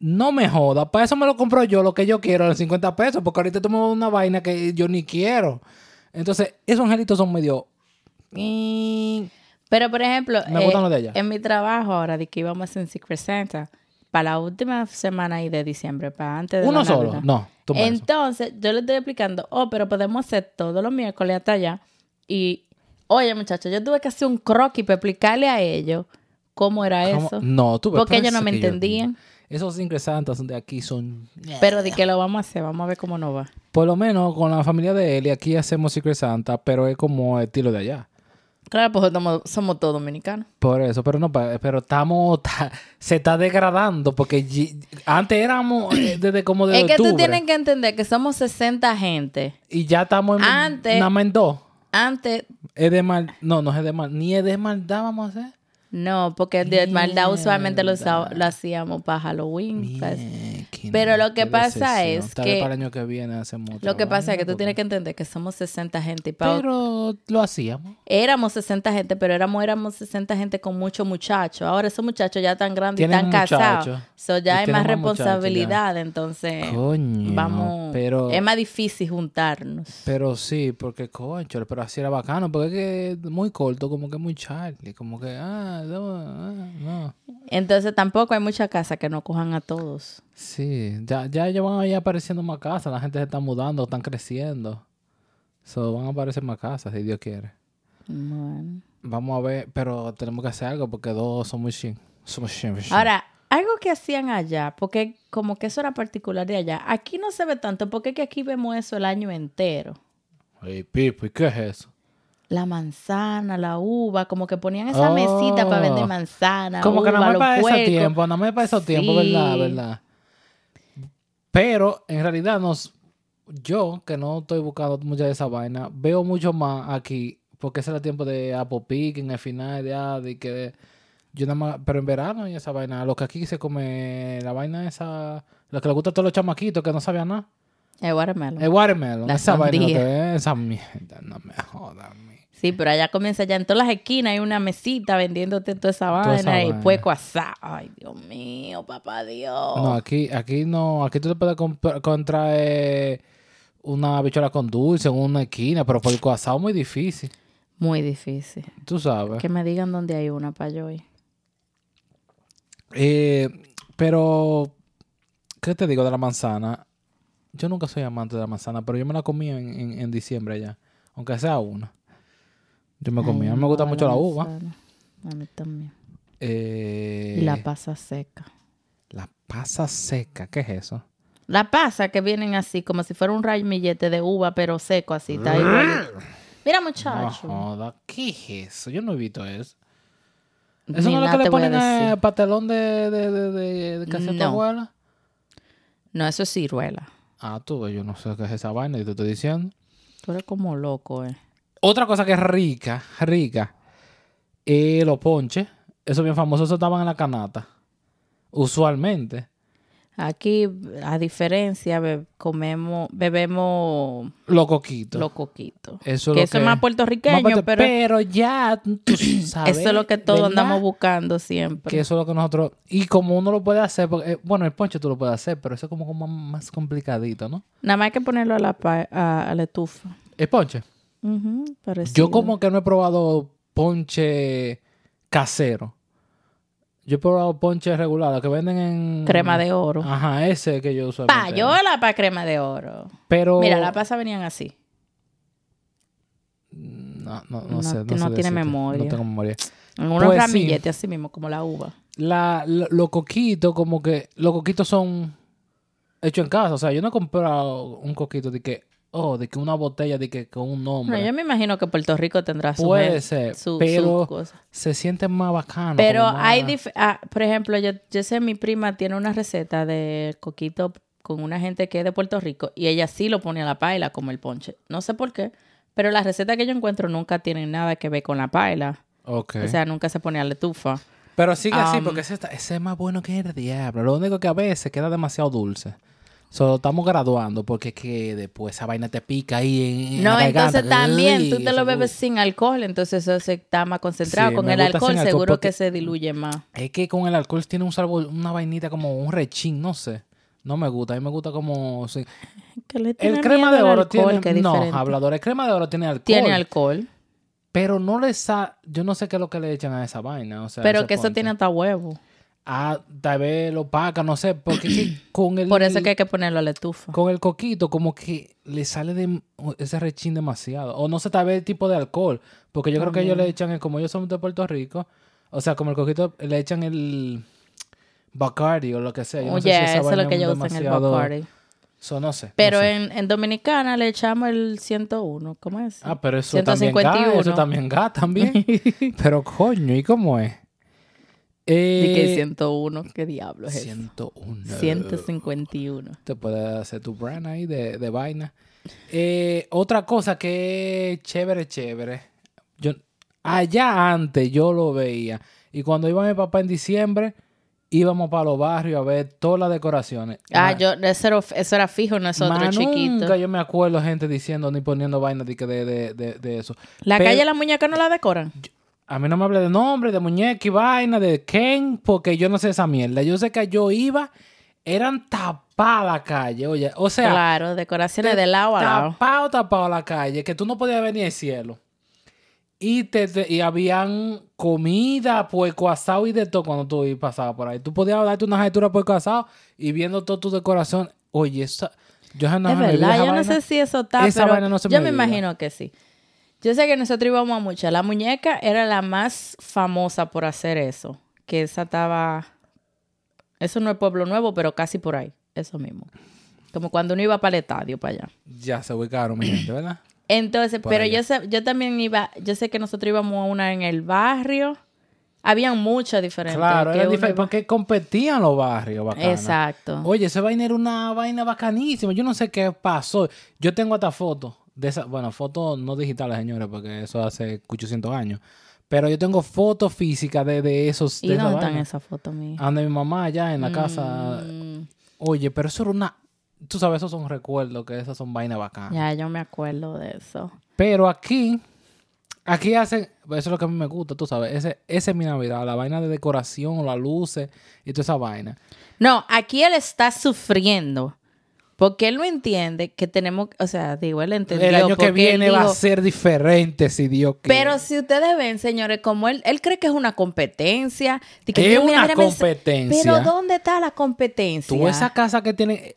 No me joda, para eso me lo compro yo, lo que yo quiero, los 50 pesos, porque ahorita tú me das una vaina que yo ni quiero. Entonces, esos angelitos son medio... Pero, por eh, ejemplo, Me gustan los de allá. en mi trabajo ahora, de que íbamos en Secret Santa, para la última semana ahí de diciembre, para antes de Uno la solo. Navidad. No, tú puedes. Entonces, yo le estoy explicando, oh, pero podemos hacer todos los miércoles hasta allá. Y, oye, muchachos, yo tuve que hacer un croquis para explicarle a ellos cómo era ¿Cómo? eso. No, tú ves, Porque ellos no parece me que yo- entendían. Esos ingresantes de aquí son. Pero de que lo vamos a hacer, vamos a ver cómo nos va. Por lo menos con la familia de Eli aquí hacemos Secret Santa, pero es como estilo de allá. Claro, pues somos, somos todos dominicanos. Por eso, pero no, pa- pero estamos, ta- se está degradando porque yi- antes éramos eh, desde como de es que tú octubre, tienes que entender que somos 60 gente. y ya estamos en, Antes- nada más en dos. Antes, Es de mal, no, no es de mal, ni es de maldad vamos a hacer. no, porque de maldad usualmente lo, usa- lo hacíamos para Halloween. pues. para- Pero lo que Qué pasa decepción. es Tal vez que- para el año que viene hacemos Lo otra que pasa es vaina, que tú porque- tienes que entender que somos 60 gente y para Pero lo hacíamos. Éramos 60 gente, pero éramos, éramos 60 gente con muchos muchachos. Ahora esos muchachos ya tan grandes y tan Tienen casados. muchachos. So, Y ya hay tienen más más muchachos, responsabilidad, entonces Coño. vamos. Pero, Es más difícil juntarnos. pero sí, porque coño, pero así era bacano, porque es que es muy corto, como que muy Charlie, como que, ah, no, ah, no. Entonces tampoco hay muchas casas que no cojan a todos. Sí, ya, ya, ya van a ir apareciendo más casas, la gente se está mudando, están creciendo. So, van a aparecer más casas, si Dios quiere. Bueno. Vamos a ver, pero tenemos que hacer algo porque dos son muy chin. Somos chin, muy chin. Ahora, algo que hacían allá, porque como que eso era particular de allá, aquí no se ve tanto, porque es que aquí vemos eso el año entero. Ey, Pipo, ¿y qué es eso? La manzana, la uva, como que ponían esa Oh. mesita para vender manzana. Como que uva, nada más los para ese puercos. tiempo, nada más para esos tiempos, Sí. ¿verdad? ¿Verdad? Pero en realidad nos, yo, que no estoy buscando mucha de esa vaina, veo mucho más aquí, porque ese era el tiempo de Apple Picking, el final de, ah, de que yo nada más, pero en verano y esa vaina, lo que aquí se come, la vaina esa, lo que le gusta a todos los chamaquitos que no sabían nada, El watermelon. el watermelon, La esa vaina, lo sandía. que es, esa mierda, no me jodas. a mí. Sí, pero allá comienza ya en todas las esquinas hay una mesita vendiéndote toda esa Toda vaina esa y vaina. pueco asado. Ay, Dios mío, papá Dios. No, aquí, aquí no, aquí tú te puedes comp- comprar eh, una bichola con dulce en una esquina, pero por el asado muy difícil, Muy difícil. tú sabes. Que me digan dónde hay una para yo ir. Eh, pero, ¿qué te digo de la manzana? Yo nunca soy amante de la manzana, pero yo me la comí en, en- en diciembre allá, aunque sea una. Yo me comí, Ay, a mí me gusta Mm, no, mucho la uva. manzana. A mí también. Eh, Y la pasa seca. la pasa seca, ¿qué es eso? La pasa que vienen así, como si fuera un ramillete de uva, pero seco así. Está igualito. Mira, No muchacho. joda, ¿qué es eso? Yo no he visto eso. Ni ¿Eso no nada es lo que te le voy a ponen al decir. pastelón de, de, de, de, de que hacía tu No. abuela? No, eso es ciruela. Ah, tú, ves, yo no sé qué es esa vaina y te estoy diciendo. Tú eres como loco, eh. Otra cosa que es rica, rica, eh, los ponches. Eso bien famoso, eso estaban en la canasta. Usualmente. Aquí, a diferencia, be- comemos, bebemos Los coquitos. los coquitos. Eso que es lo eso que- es más puertorriqueño, Más parte- pero pero ya, tú sabes. eso es lo que todos ¿verdad? andamos buscando siempre. Que eso es lo que nosotros. Y como uno lo puede hacer, porque, eh, bueno, el ponche tú lo puedes hacer, pero eso es como, como más complicadito, ¿no? Nada más hay que ponerlo a la, pa- a, a la estufa. El ponche. Ujú, parecido. Yo como que no he probado ponche casero. Yo he probado ponche regular, los que venden en... crema de oro. Ajá, ese que yo uso. Payola para crema de oro. Pero... Mira, la pasa venían así. No, no, no No sé. ti- no sé tiene decirte. memoria. No tengo memoria. En unos Pues sí. ramilletes así mismo, como la uva. La, la- los coquitos, como que... Los coquitos son hechos en casa. O sea, yo no he comprado un coquito de que... Oh, de que una botella de que con un No, nombre. yo me imagino que Puerto Rico tendrá su Puede gen- ser, su- sus pero- cosas. Se sienten más bacanos. Pero como más- hay, dif- ah, por ejemplo, yo, yo sé, mi prima tiene una receta de coquito con una gente que es de Puerto Rico y ella sí lo pone a la paila como el ponche. No sé por qué, pero las recetas que yo encuentro nunca tienen nada que ver con la paila. Ok. O sea, nunca se pone a la estufa. Pero sigue así, Um, porque ese, está- ese es más bueno que el diablo. Lo único que a veces queda demasiado dulce. Solo estamos graduando porque es que después esa vaina te pica ahí en- en No, la garganta. entonces también tú Uy, te lo eso- bebes sin alcohol, entonces eso se está más concentrado. Sí, con me el gusta sin alcohol alcohol seguro porque- que se diluye más. Es que con el alcohol tiene un sabor, una vainita como un rechín, no sé. No me gusta, a mí me gusta como... sí. ¿Qué le El tiene crema miedo de al oro alcohol? Qué tiene... No, diferente. hablador, el crema de oro tiene alcohol. Tiene alcohol, Pero no le sa... Yo no sé qué es lo que le echan a esa vaina, o sea... pero ese que eso ponche. tiene hasta huevo. ah, tal vez lo paca, no sé, porque es que con el... Por eso es que hay que ponerlo a la estufa. Con el coquito, como que le sale de ese rechín demasiado. O no sé, tal vez el tipo de alcohol. Porque yo creo que ellos le echan, el- como ellos son de Puerto Rico, o sea, como el coquito, le echan el Bacardi o lo que sea. Yo no sé Oye, si Oh, esa eso es vaina lo que ellos usan en el demasiado- Bacardi. Eso no sé. no Pero sé. en, en Dominicana le echamos el 101. ¿Cómo es? Ah, pero eso también ga, eso también ga, también. pero coño, ¿y cómo es? Y que Eh, 101, qué diablo es eso. 101. 151. Te puedes hacer tu brand ahí de, de vaina. Eh, otra cosa que es chévere, chévere. Yo, allá antes yo lo veía. Y cuando iba mi papá en diciembre, íbamos para los barrios a ver todas las decoraciones. Ah, Ma- yo, eso era, eso era fijo en nosotros, ma Nunca chiquitos. yo me acuerdo gente diciendo ni poniendo vaina de, que de, de, de, de eso. La Pero- calle de la muñeca no la decoran. A mí no me hable de nombre, de muñeca y vaina, de Ken, porque yo no sé esa mierda. Yo sé que yo iba, eran tapadas la calle, oye. O sea, claro, decoraciones de lado a lado. tapado, tapado la calle, que tú no podías ver ni el cielo. Y, te, te- y habían comida, puerco asado y de todo cuando tú ibas- pasabas por ahí. Tú podías darte una jatura puerco asado y viendo todo tu decoración. Oye, esa... Yo jamás Es me vi verdad, esa yo no vaina. sé si eso está, esa pero vaina no se yo me me olvida. imagino que sí. Yo sé que nosotros íbamos a muchas. La muñeca era la más famosa por hacer eso. Que esa estaba... Eso no es Pueblo Nuevo, pero casi por ahí. Eso mismo. Como cuando uno iba para el estadio, para allá. Ya se ubicaron, mi gente, ¿verdad? Entonces, Por pero allá. yo, sé- yo también iba... Yo sé que nosotros íbamos a una en el barrio. Habían muchas diferentes. Claro, que era uno diferente iba- porque competían los barrios, bacana. Exacto. Oye, esa vaina era una vaina bacanísima. Yo no sé qué pasó. Yo tengo hasta fotos de esa, bueno, fotos no digitales, señores, porque eso hace 800 años. Pero yo tengo fotos físicas de, de esos. ¿Y de esa dónde están vaina. Ah. esas fotos mías? Anda mi mamá allá en la casa. Mm, Oye, pero eso era una. Tú sabes, esos son recuerdos, que esas son vainas bacanas. ya, yo me acuerdo de eso. Pero aquí, aquí hacen, eso es lo que a mí me gusta, tú sabes, ese, ese es mi Navidad, la vaina de decoración, las luces y toda esa vaina. No, aquí él está sufriendo. Porque él no entiende que tenemos, o sea, digo, él entendió. el año porque que él viene va a dijo, ser diferente, si Dios quiere. Pero si ustedes ven, señores, como él, él cree que es una competencia. de que, Es Dios, mira, una mírame ese- competencia. Pero ¿dónde está la competencia? Tú esa casa que tienen, eh,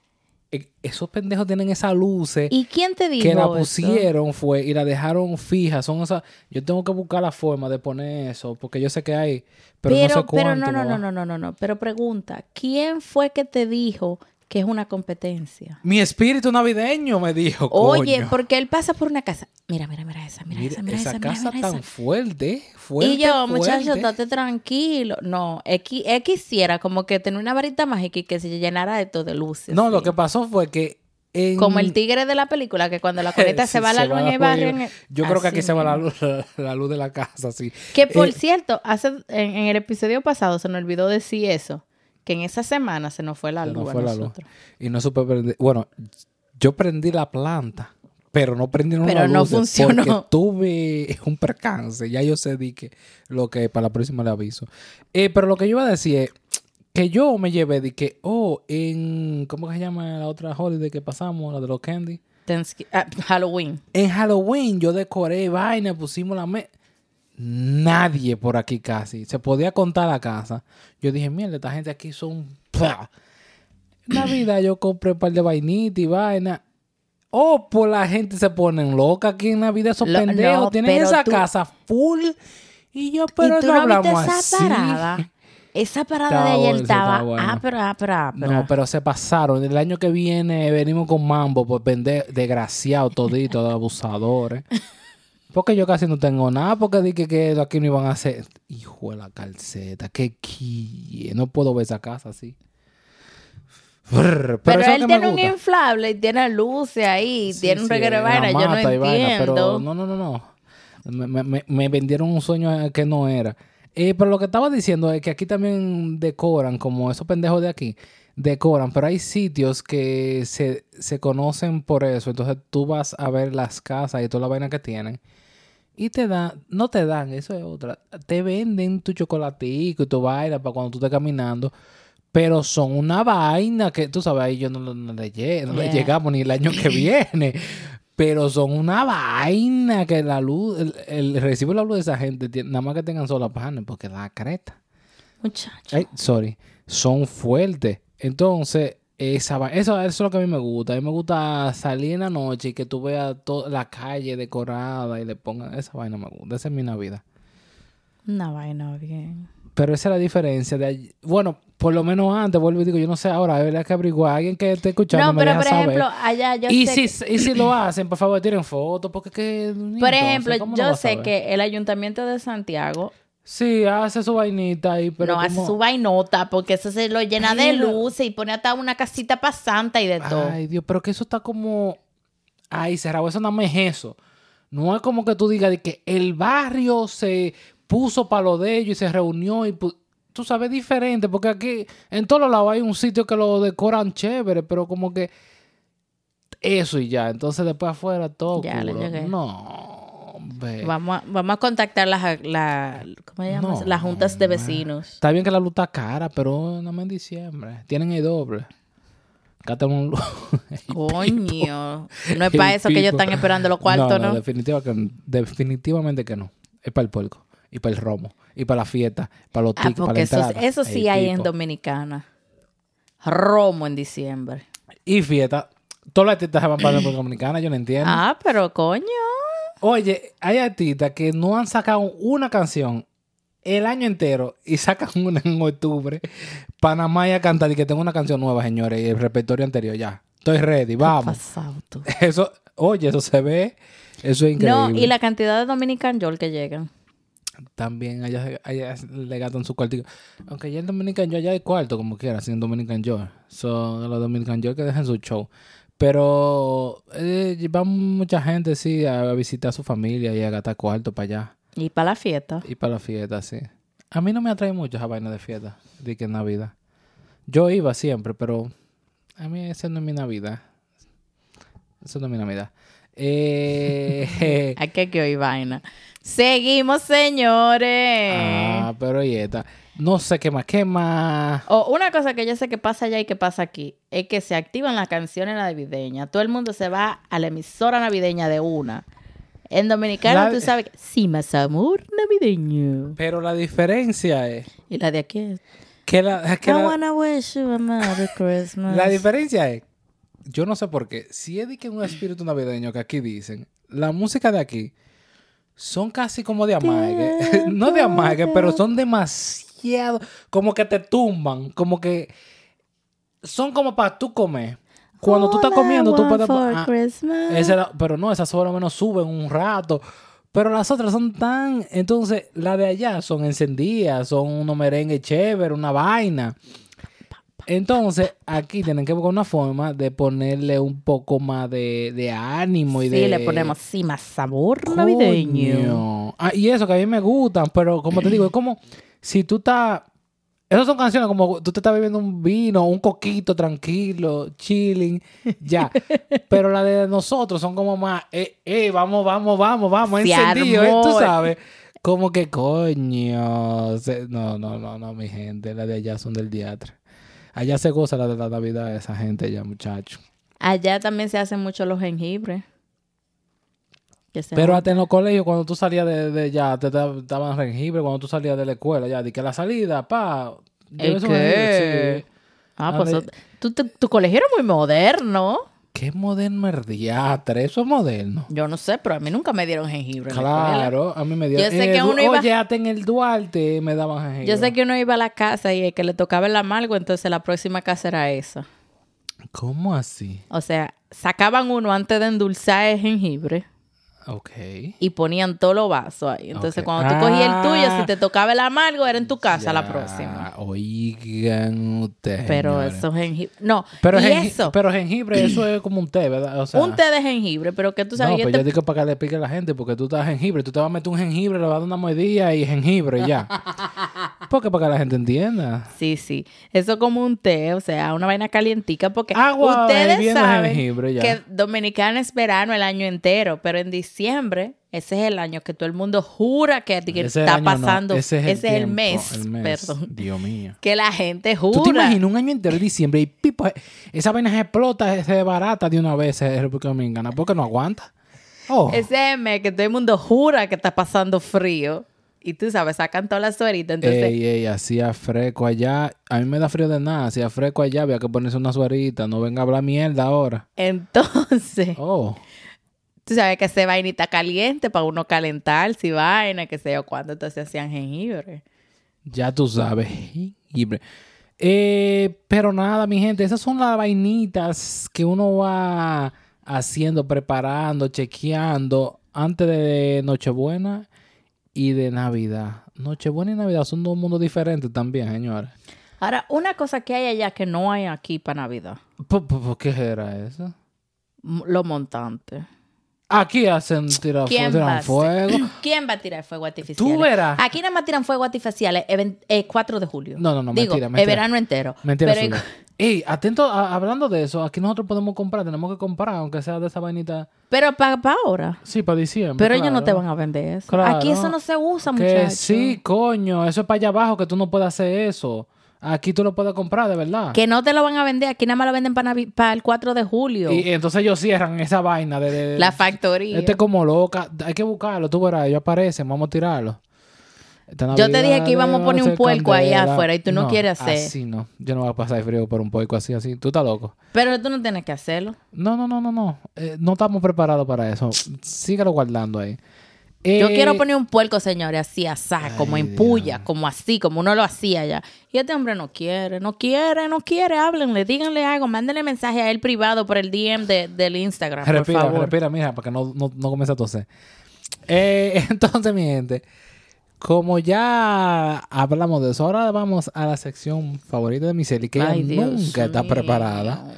eh, esos pendejos tienen esas luces ¿Y quién te dijo que la eso? pusieron fue y la dejaron fija. Son esas, yo tengo que buscar la forma de poner eso, porque yo sé que hay, pero, no sé cuánto. ¿ah? pero no, no, mamá. no, no, no, no, no. Pero pregunta, ¿quién fue que te dijo que es una competencia? Mi espíritu navideño me dijo, Oye, coño. porque él pasa por una casa. Mira, mira, mira esa, mira, Mira esa, mira esa esa, mira, casa mira tan esa. fuerte, fuerte, y yo, fuerte. muchacho, estate tranquilo. No, él, qui- él quisiera como que tener una varita mágica y que se llenara de todo de luces. No, sí. lo que pasó fue que en- Como el tigre de la película, que cuando la coleta Sí, se va la luz en el barrio. en el- Yo creo que Así aquí se va la mismo. luz, la luz de la casa, sí. Que por Eh, cierto, hace, en, en el episodio pasado se nos olvidó decir eso. Que en esa semana se nos fue la Se nos luz a fue la luz. nosotros. Y no supe prender. Bueno, yo prendí la planta, pero no prendieron Pero las no luces funcionó. Porque tuve un percance. Ya yo sé di que lo que para la próxima le aviso. Eh, pero lo que yo iba a decir es que yo me llevé de que, oh, en. ¿Cómo que se llama la otra holiday que pasamos? La de los candy. Thanksgiving- ah, Halloween. En Halloween yo decoré vaina, pusimos la mesa. Nadie por aquí casi. Se podía contar la casa. Yo dije, mierda, esta gente aquí son... ¡Pua! Navidad yo compré un par de vainitas y vaina. Oh, pues la gente se ponen loca aquí en Navidad. Esos Lo- pendejos no, tienen pero esa tú- casa full. Y yo, pero ¿Y tú no no, viste hablamos esa así. parada? Esa parada Estaba de ayer bueno, estaba estaba... bueno. Ah, pero, ah, pero, ah, pero. No, pero se pasaron. El año que viene venimos con mambo por vender desgraciado todito de abusadores. Porque yo casi no tengo nada, porque dije que aquí no iban a hacer. Hijo de la calceta, qué quille. No puedo ver esa casa así. Brr, Pero, Pero, eso es él lo que me tiene un gusta. inflable y tiene luces ahí, Sí, tiene un sí, reguero de la vaina, yo no mata y entiendo. vaina, pero no, no, no, no. Me, me- me- me vendieron un sueño que no era. Eh, pero lo que estaba diciendo es que aquí también decoran, como esos pendejos de aquí, decoran, pero hay sitios que se, se conocen por eso. Entonces tú vas a ver las casas y toda la vaina que tienen. Y te dan, no te dan, eso es otra. Te venden tu chocolatico y tu vaina para cuando tú estés caminando. Pero son una vaina que, tú sabes, ahí yo no, no- no le, lle- no le Yeah. llegamos ni el año que viene. Pero son una vaina que la luz, el, el recibo de la luz de esa gente, tie- nada más que tengan sola panes, porque la creta. Muchacho. ay, sorry, son fuertes. Entonces, esa, va- eso, eso es lo que a mí me gusta. A mí me gusta salir en la noche y que tú veas toda la calle decorada y le pongan. Esa vaina me gusta. Esa es mi Navidad. Una vaina bien. Pero esa es la diferencia. De, all- bueno, por lo menos antes, vuelvo y digo, yo no sé ahora, habría que averiguar. Alguien que esté escuchando No, me pero deja por saber. ejemplo, allá yo y, sé si, y si lo hacen, por favor, tiren fotos. Porque que. Por ejemplo, yo sé que el ayuntamiento de Santiago Sí, hace su vainita ahí, pero. no hace como- su vainota porque eso se lo llena de Mira. luces y pone hasta una casita pasante y de todo. Ay, Dios, pero que eso está como. Ay, cerrado, eso nada más es eso. No es como que tú digas de que el barrio se puso para lo de ellos y se reunió y. pu- Tú sabes, diferente, porque aquí en todos los lados hay un sitio que lo decoran chévere, pero como que. Eso y ya. Entonces después afuera todo. Ya, le oscuro. llegué. No, hombre. Vamos, a, vamos a contactar las, la- ¿cómo se llama? eh. No, las juntas de ma. vecinos. Está bien que la luz está cara, pero nada más en diciembre. Tienen el doble. Cátame un luz. Coño, no es El para eso que ellos pico. están esperando los cuartos, ¿no? definitiva que- definitivamente que no. Es para el puerco, y para el romo, y para la fiesta, para los Ah, tickets, para la porque eso, entrada. eso sí El hay en pico. Dominicana. Romo en diciembre. Y fiesta. Todos los artistas se van para la República Dominicana, yo no entiendo. Ah, pero coño. Oye, hay artistas que no han sacado una canción el año entero y sacan una en octubre. Panamá ya cantar y que tengo una canción nueva, señores, y el repertorio anterior ya. Estoy ready, vamos. Pasado tú. Eso, oye, eso se ve. Eso es increíble. No, y la cantidad de Dominican Yol que llegan. También allá, se- allá se- le gastan su cuartico. Aunque ya el Dominican Joe, ya hay cuarto, como quiera, sin Dominican Joe. Son los Dominican Joe que dejan su show. Pero eh, va mucha gente, sí, a visitar a su familia y a gastar cuarto para allá. Y para la fiesta. Y para la fiesta, sí. A mí no me atrae mucho esa vaina de fiesta, de que Navidad. Yo iba siempre, pero a mí esa no es mi Navidad. Esa no es mi Navidad. Eh, Hay que que hoy vaina. Seguimos, señores. Ah, pero y esta. No sé qué más, qué más. O Oh, una cosa que yo sé que pasa allá y que pasa aquí es que se activan las canciones navideñas. Todo el mundo se va a la emisora navideña de una. En Dominicana La- tú sabes que sí, más amor navideño. Pero la diferencia es Y la de aquí es que la, que I la- wanna wish you a Merry Christmas. la diferencia es, yo no sé por qué, si es de que un espíritu navideño que aquí dicen, la música de aquí son casi como de amague, no de amague, pero son demasiado, como que te tumban, como que son como para tú comer. Cuando tú estás All I comiendo, tú want puedes... for Ah, Christmas. Esa era- pero no, esas por lo menos suben un rato. Pero las otras son tan. Entonces, las de allá son encendidas, son unos merengue chévere, una vaina. Entonces, aquí tienen que buscar una forma de ponerle un poco más de, de ánimo y Sí, de. le ponemos sí, más sabor Coño. navideño. Ah, y eso que a mí me gustan, pero como te digo, es como si tú estás. Esas son canciones como tú te estás bebiendo un vino, un coquito tranquilo, chilling, ya. Pero la de nosotros son como más, eh, eh, vamos, vamos, vamos, vamos, Se encendido, ¿eh? armó. tú sabes. Como que coño. se- No, no, no, no, mi gente, la de allá son del diatre. Allá se goza la de la Navidad esa gente ya, muchacho. Allá también se hacen mucho los jengibres. Que se Pero montan. hasta en los colegios, cuando tú salías de, de ya, te da- daban jengibre, cuando tú salías de la escuela, ya, di que la salida, pa. ¿El llévese un jengibre, qué? sí. Ah, A pues ver. tú- tú- tu colegio era muy moderno. Qué moderno el diatre, eso es moderno. Yo no sé, pero a mí nunca me dieron jengibre. en la escuela. Claro, a mí me dio. Yo sé en el que Du- uno iba- Oye, hasta en el Duarte me daban jengibre. Yo sé que uno iba a la casa y el que le tocaba el amargo, entonces la próxima casa era esa. ¿Cómo así? O sea, sacaban uno antes de endulzar el jengibre Ok. y ponían todos los vasos ahí. Entonces, Ok. cuando tú cogías el tuyo, Ah. si te tocaba el amargo, era en tu casa Ya, la próxima. Ah, Oigan ustedes. Pero señores. eso jengibre. No, Pero, y jengi- eso. pero jengibre, eso es como un té, ¿verdad? O sea, un té de jengibre, pero que tú sabes no, que pero este yo digo para que le explique a la gente, porque tú estás jengibre, tú te vas a meter un jengibre, le vas a dar una mordida y jengibre y ya. porque para que la gente entienda. Sí, sí. Eso es como un té, o sea, una vaina calientica, porque Agua ustedes Ah, hirviendo de saben jengibre, ya. que Dominicana es verano el año entero, pero en diciembre, ese es el año que todo el mundo jura que, que Ese está año no, pasando. ese es el, tiempo, mes, perdón. Dios mío. Que la gente ¿Tú te jura. imaginas un año entero de diciembre y pipo, esa vaina se explota, se barata de una vez en República Dominicana? porque no aguanta? Oh, Ese es el mes que todo el mundo jura que está pasando frío. Y tú sabes, sacan todas las sueritas. Entonces, Ey, ey, hacía fresco allá. A mí me da frío de nada. Hacía fresco allá. Había que ponerse una suerita. No venga a hablar mierda ahora. entonces Oh. tú sabes que hace vainita caliente para uno calentar, si vaina, qué sé yo, cuándo entonces hacían jengibre. Ya tú sabes. jengibre. Eh, pero nada, mi gente, esas son las vainitas que uno va haciendo, preparando, chequeando antes de Nochebuena y de Navidad. Nochebuena y Navidad son dos mundos diferentes también, señores. Ahora, una cosa que hay allá que no hay aquí para Navidad, Po- po- po, ¿Qué era eso? m- los montantes. Aquí hacen tira, ¿Quién va a tiran hacer? fuego. ¿Quién va a tirar fuego artificial? Tú verás. Aquí nada más tiran fuego artificial el 4 de julio. No, no, no, Digo, mentira, mentira. El verano entero. Mentira Pero- suya. Ey, atento, a- hablando de eso, aquí nosotros podemos comprar, tenemos que comprar, aunque sea de esa vainita. Pero para ahora. Sí, para diciembre. Pero ellos no claro. te van a vender eso. Claro. Aquí eso no se usa, Que muchachos. sí, coño, eso es para allá abajo que tú no puedes hacer eso. Aquí tú lo puedes comprar, de verdad. Que no te lo van a vender. Aquí nada más lo venden para, Navi- para el 4 de julio. Y, y entonces ellos cierran esa vaina de... de- la factoría. este como loca. Hay que buscarlo, tú verás, ellos aparecen, vamos a tirarlo. Esta Yo te dije Navidad que íbamos a poner un hacer puerco ahí candela. afuera y tú no quieres hacer. Así no, yo no voy a pasar frío por un puerco así, así. Tú estás loco. Pero tú no tienes que hacerlo. No, no, no, no, no. Eh, no estamos preparados para eso. Sígalo guardando ahí. Yo Eh, quiero poner un puerco, señores, así, asá, como en puya, como así, como uno lo hacía ya. Y este hombre no quiere, no quiere, no quiere. Háblenle, díganle algo, mándenle mensaje a él privado por el DM de- del Instagram, Respira, por favor. respira, mira, para que no, no, no comience a toser. Eh, entonces, mi gente, como ya hablamos de eso, ahora vamos a la sección favorita de Miseli, que Ay, ella Dios nunca está mío. preparada.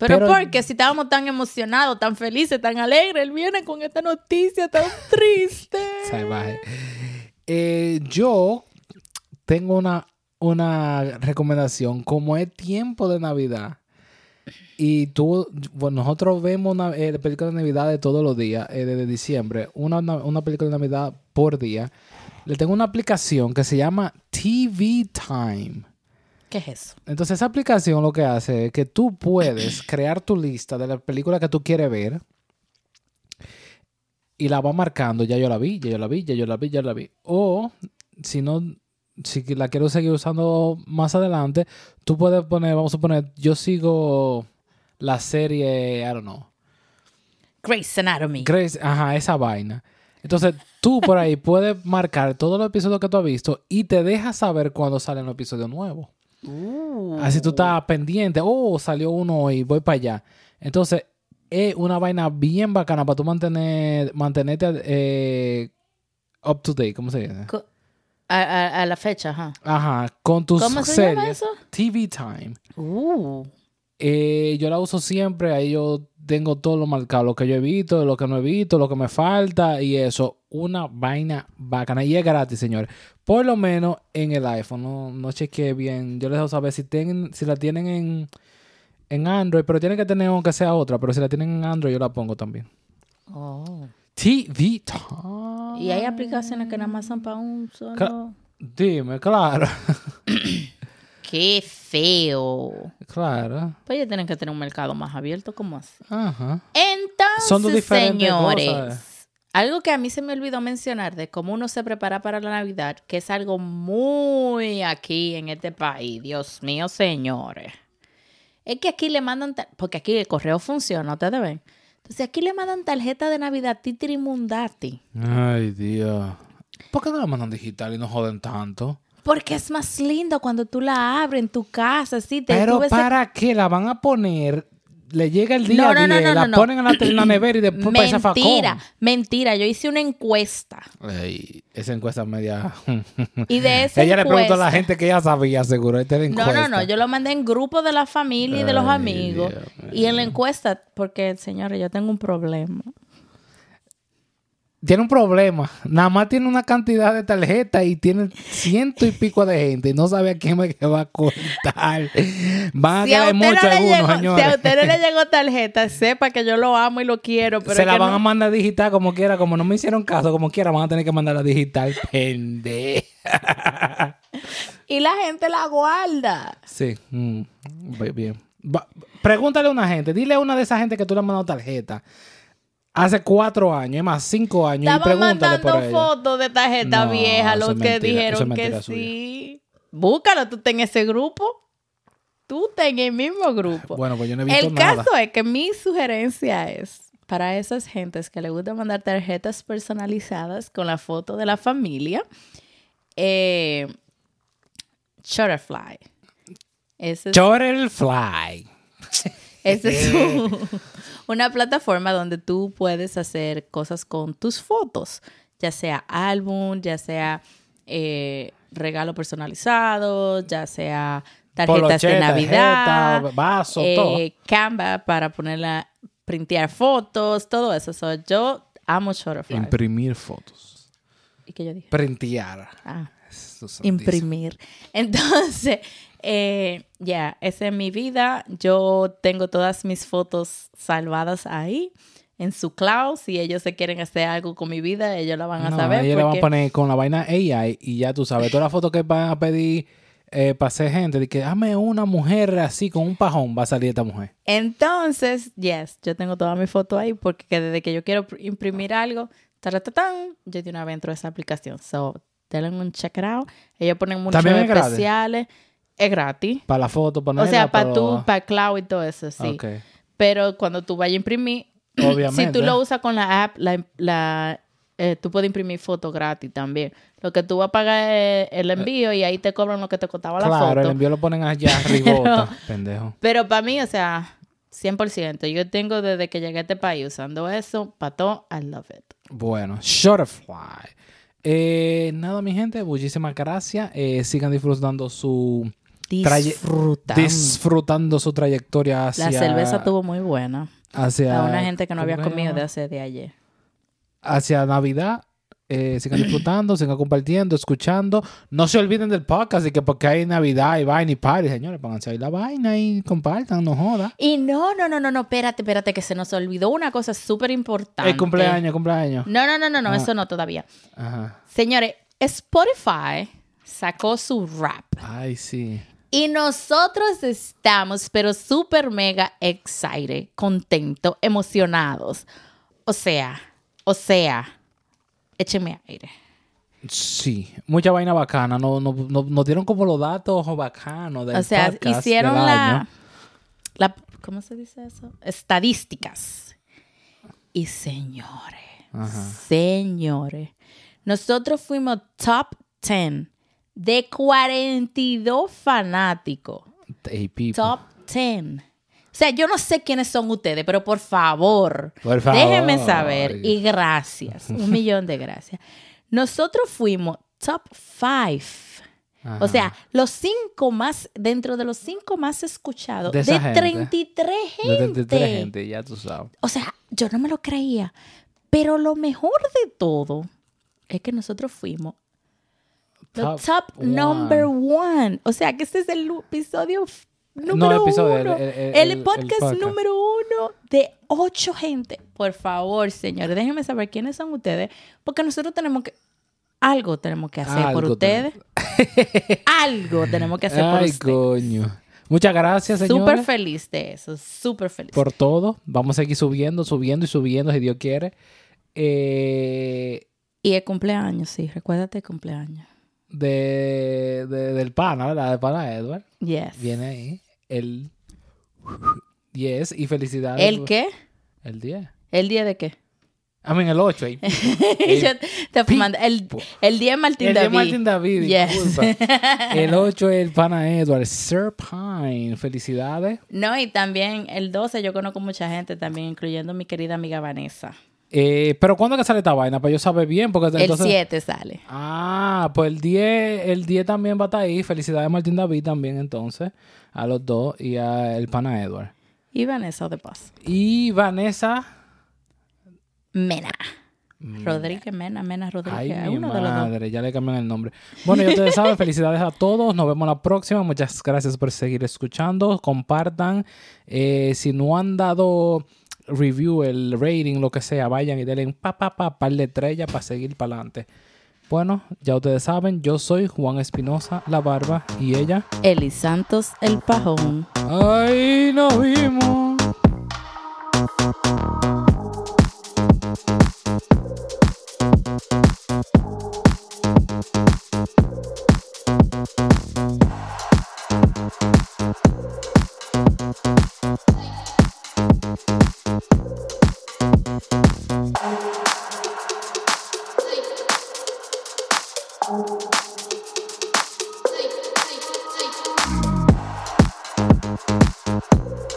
Pero, Pero- porque si estábamos tan emocionados, tan felices, tan alegres, él viene con esta noticia tan triste. Salvaje. Eh, yo tengo una, una recomendación. Como es tiempo de Navidad y tú, bueno, nosotros vemos una eh, película de Navidad de todos los días, eh, desde diciembre, una, una- una película de Navidad por día. Le tengo una aplicación que se llama TV Time. ¿Qué es eso? Entonces, esa aplicación lo que hace es que tú puedes crear tu lista de las películas que tú quieres ver y la va marcando. Ya yo la vi, ya yo la vi, ya yo la vi, ya la vi. O si no, si la quiero seguir usando más adelante, tú puedes poner, vamos a poner, yo sigo la serie, I don't know, Grey's Anatomy. Grace, ajá, esa vaina. Entonces, tú por ahí puedes marcar todos los episodios que tú has visto y te deja saber cuándo sale un episodio nuevo. Uh. Así tú estás pendiente. Oh, salió uno hoy, voy para allá. Entonces, es una vaina bien bacana para tú mantener, mantenerte eh, up to date, ¿cómo se dice? Co- A, a- a la fecha, ajá. Ajá, con tus ¿Cómo se series. llama eso? TV Time. Uh. Eh, yo la uso siempre, ahí yo tengo todo lo marcado, lo que yo he visto, lo que no he visto, lo que me falta y eso. Una vaina bacana y es gratis, señores. Por lo menos en el iPhone, no, no chequeé bien. Yo les dejo saber si, tienen, si la tienen en, en Android, pero tienen que tener aunque sea otra, pero si la tienen en Android yo la pongo también. Oh. TV Time. Y hay aplicaciones que nada más son para un solo. Ca- Dime, claro, ¡Qué feo! claro. Pues ya tienen que tener un mercado más abierto, como así? Ajá. Entonces, Son dos diferentes señores, cosas. algo que a mí se me olvidó mencionar de cómo uno se prepara para la Navidad, que es algo muy aquí en este país, Dios mío, señores. Es que aquí le mandan, tar- porque aquí el correo funciona, ustedes ven. Entonces aquí le mandan tarjeta de Navidad titirimundati, Ay, Dios. ¿Por qué no la mandan digital y no joden tanto? porque es más lindo cuando tú la abres en tu casa, así te Pero tú ves- ¿para qué la van a poner? Le llega el día No, a no, no, 10, no, la no, no. ponen en la, en la nevera y después para esa facón. Mentira, mentira, yo hice una encuesta Ey, esa encuesta media... y de esa Ella le encuesta- preguntó a la gente que ya sabía, seguro. Esta era No, encuesta. no, no, yo lo mandé en grupo de la familia y de los Ay, amigos. Dios Y en la encuesta, porque señores, yo tengo un problema. Tiene un problema. Nada más tiene una cantidad de tarjetas y tiene ciento y pico de gente. Y no sabe a quién me que va a contar. Van a Si a, quedar usted muchos no le algunos, llegó, si señores. a usted no le llegó tarjeta, sepa que yo lo amo y lo quiero, pero Se es la que van no- a mandar digital como quiera. Como no me hicieron caso, como quiera, van a tener que mandarla digital. Pendejo. y la gente la guarda. Sí. mm, ve- bien. Va- pregúntale a una gente. Dile a una de esas gente que tú le has mandado tarjeta. hace cuatro años, es más, cinco años, y Estaban pregúntale por mandando ella. fotos de tarjeta No, vieja, eso los es que mentira, eso es dijeron mentira que suya. sí. Búscalo, tú estás en ese grupo. Tú estás en el mismo grupo. Bueno, pues yo no he visto el nada. caso es que mi sugerencia es para esas gentes que le gusta mandar tarjetas personalizadas con la foto de la familia, eh, Shutterfly. Ese es Shutterfly. esa es un- una plataforma donde tú puedes hacer cosas con tus fotos, ya sea álbum, ya sea eh, regalo personalizado, ya sea tarjetas Poloche, de Navidad, tarjeta, vaso, eh, todo. Canva para ponerla, printear fotos, todo eso. So, yo amo Shutterfly. Imprimir fotos. ¿Y qué yo dije? Printear. Ah. Jesús santísimo. imprimir. Entonces, eh, ya, esa es mi vida. Yo tengo todas mis fotos salvadas ahí en su cloud. Si ellos se quieren hacer algo con mi vida, ellos la van a No, saber. ellos le van a porque- poner con la vaina AI y ya tú sabes, todas las fotos que van a pedir eh, para hacer gente, de que hazme una mujer así con un pajón, va a salir esta mujer. Entonces, yes, yo tengo todas mis fotos ahí porque que desde que yo quiero pr- imprimir algo, taratatán, yo de una vez entro a esa aplicación. So, denle un check it out. Ellos ponen muchos ¿También es gratis? especiales. Es gratis. Para la foto, para O sea, para tú, tú, para cloud y todo eso, sí. Ok, Pero cuando tú vayas a imprimir, obviamente. si tú lo usas con la app, la, la, eh, tú puedes imprimir fotos gratis también. Lo que tú vas a pagar es el envío y ahí te cobran lo que te costaba Eh, Claro, la el foto. envío lo ponen allá arriba. Pendejo. Pero para mí, o sea, 100%. Yo tengo desde que llegué a este país usando eso. Pato, I love it. Bueno, Shutterfly. Eh, nada, mi gente, muchísimas gracias. Eh, sigan disfrutando su Traye- Disfrutando. disfrutando su trayectoria hacia la cerveza estuvo muy buena. hacia Para una gente que no ¿cómo había se comido llama? de hace de ayer. hacia Navidad. eh, sigan disfrutando, sigan compartiendo, escuchando. No se olviden del podcast y que porque hay Navidad y vaina y party, señores, pónganse ahí la vaina y compartan, no joda. Y no, no, no, no, no, espérate, espérate, que se nos olvidó una cosa súper importante. El cumpleaños, cumpleaños. No, no, no, no, no, Ah. eso no todavía. Ajá. Señores, Spotify sacó su rap. Ay, sí. Y nosotros estamos, pero súper mega excited, contentos, emocionados. O sea, o sea, écheme aire. Sí, mucha vaina bacana. No, no, no- nos dieron como los datos bacanos del o sea, podcast hicieron del la, año. la. ¿Cómo se dice eso? Estadísticas. Y señores, señores, nosotros fuimos top 10 de 42 fanáticos. Hey, people. Top 10. O sea, yo no sé quiénes son ustedes, pero por favor, Por favor. déjenme saber. Y gracias, un millón de gracias. Nosotros fuimos top 5. Ajá. O sea, los cinco más, dentro de los cinco más escuchados, De de, esa gente. 33 De gente. 33 gente, ya tú sabes. O sea, yo no me lo creía. Pero lo mejor de todo es que nosotros fuimos the Top top, one. number one. O sea, que este es el lu- episodio f- número episodio, el- uno. el- El, el- el podcast, podcast. número uno de ocho gente. Por favor, señores, déjenme saber quiénes son ustedes. Porque nosotros tenemos que... Algo tenemos que hacer por Algo ustedes. tenemos- Algo tenemos que hacer por Ay, ustedes. coño. Muchas gracias, Súper señores, feliz de eso. Súper feliz. por todo. Vamos a seguir subiendo, subiendo y subiendo, si Dios quiere. Eh, Y el cumpleaños, sí. Recuérdate el cumpleaños. de, de- del pana, ¿verdad? Del pana Edward. Yes. Viene ahí el 10 y felicidades. ¿El qué? El 10. ¿El día de qué? A mí, el 8. ahí. El Yo te fumando. El, el día de Martín El de David. Martin David, Yes. disculpa. El 8 es el pana Edward. Sir Pine, felicidades. No, y también el 12 yo conozco mucha gente también, incluyendo mi querida amiga Vanessa. Eh, Pero ¿cuándo que sale esta vaina? Para yo saber bien, porque entonces... el 7 sale. Ah, pues el 10, el 10 también va a estar ahí. Felicidades Martín David también entonces, a los dos y a el pana Edward. Y Vanessa de Paz. Y Vanessa, Mena. Rodríguez Mena, Mena ay Rodríguez. mi uno de los dos. madre, ya le cambian el nombre. Bueno, ya ustedes saben, felicidades a todos, nos vemos la próxima, muchas gracias por seguir escuchando, compartan, Eh, si no han dado review, el rating, lo que sea, vayan y denle pa pa pa par de estrellas para seguir para adelante. Bueno, ya ustedes saben, yo soy Juan Espinosa, la barba, y ella... Eli Santos, el pajón. Ahí nos vimos. Thank you.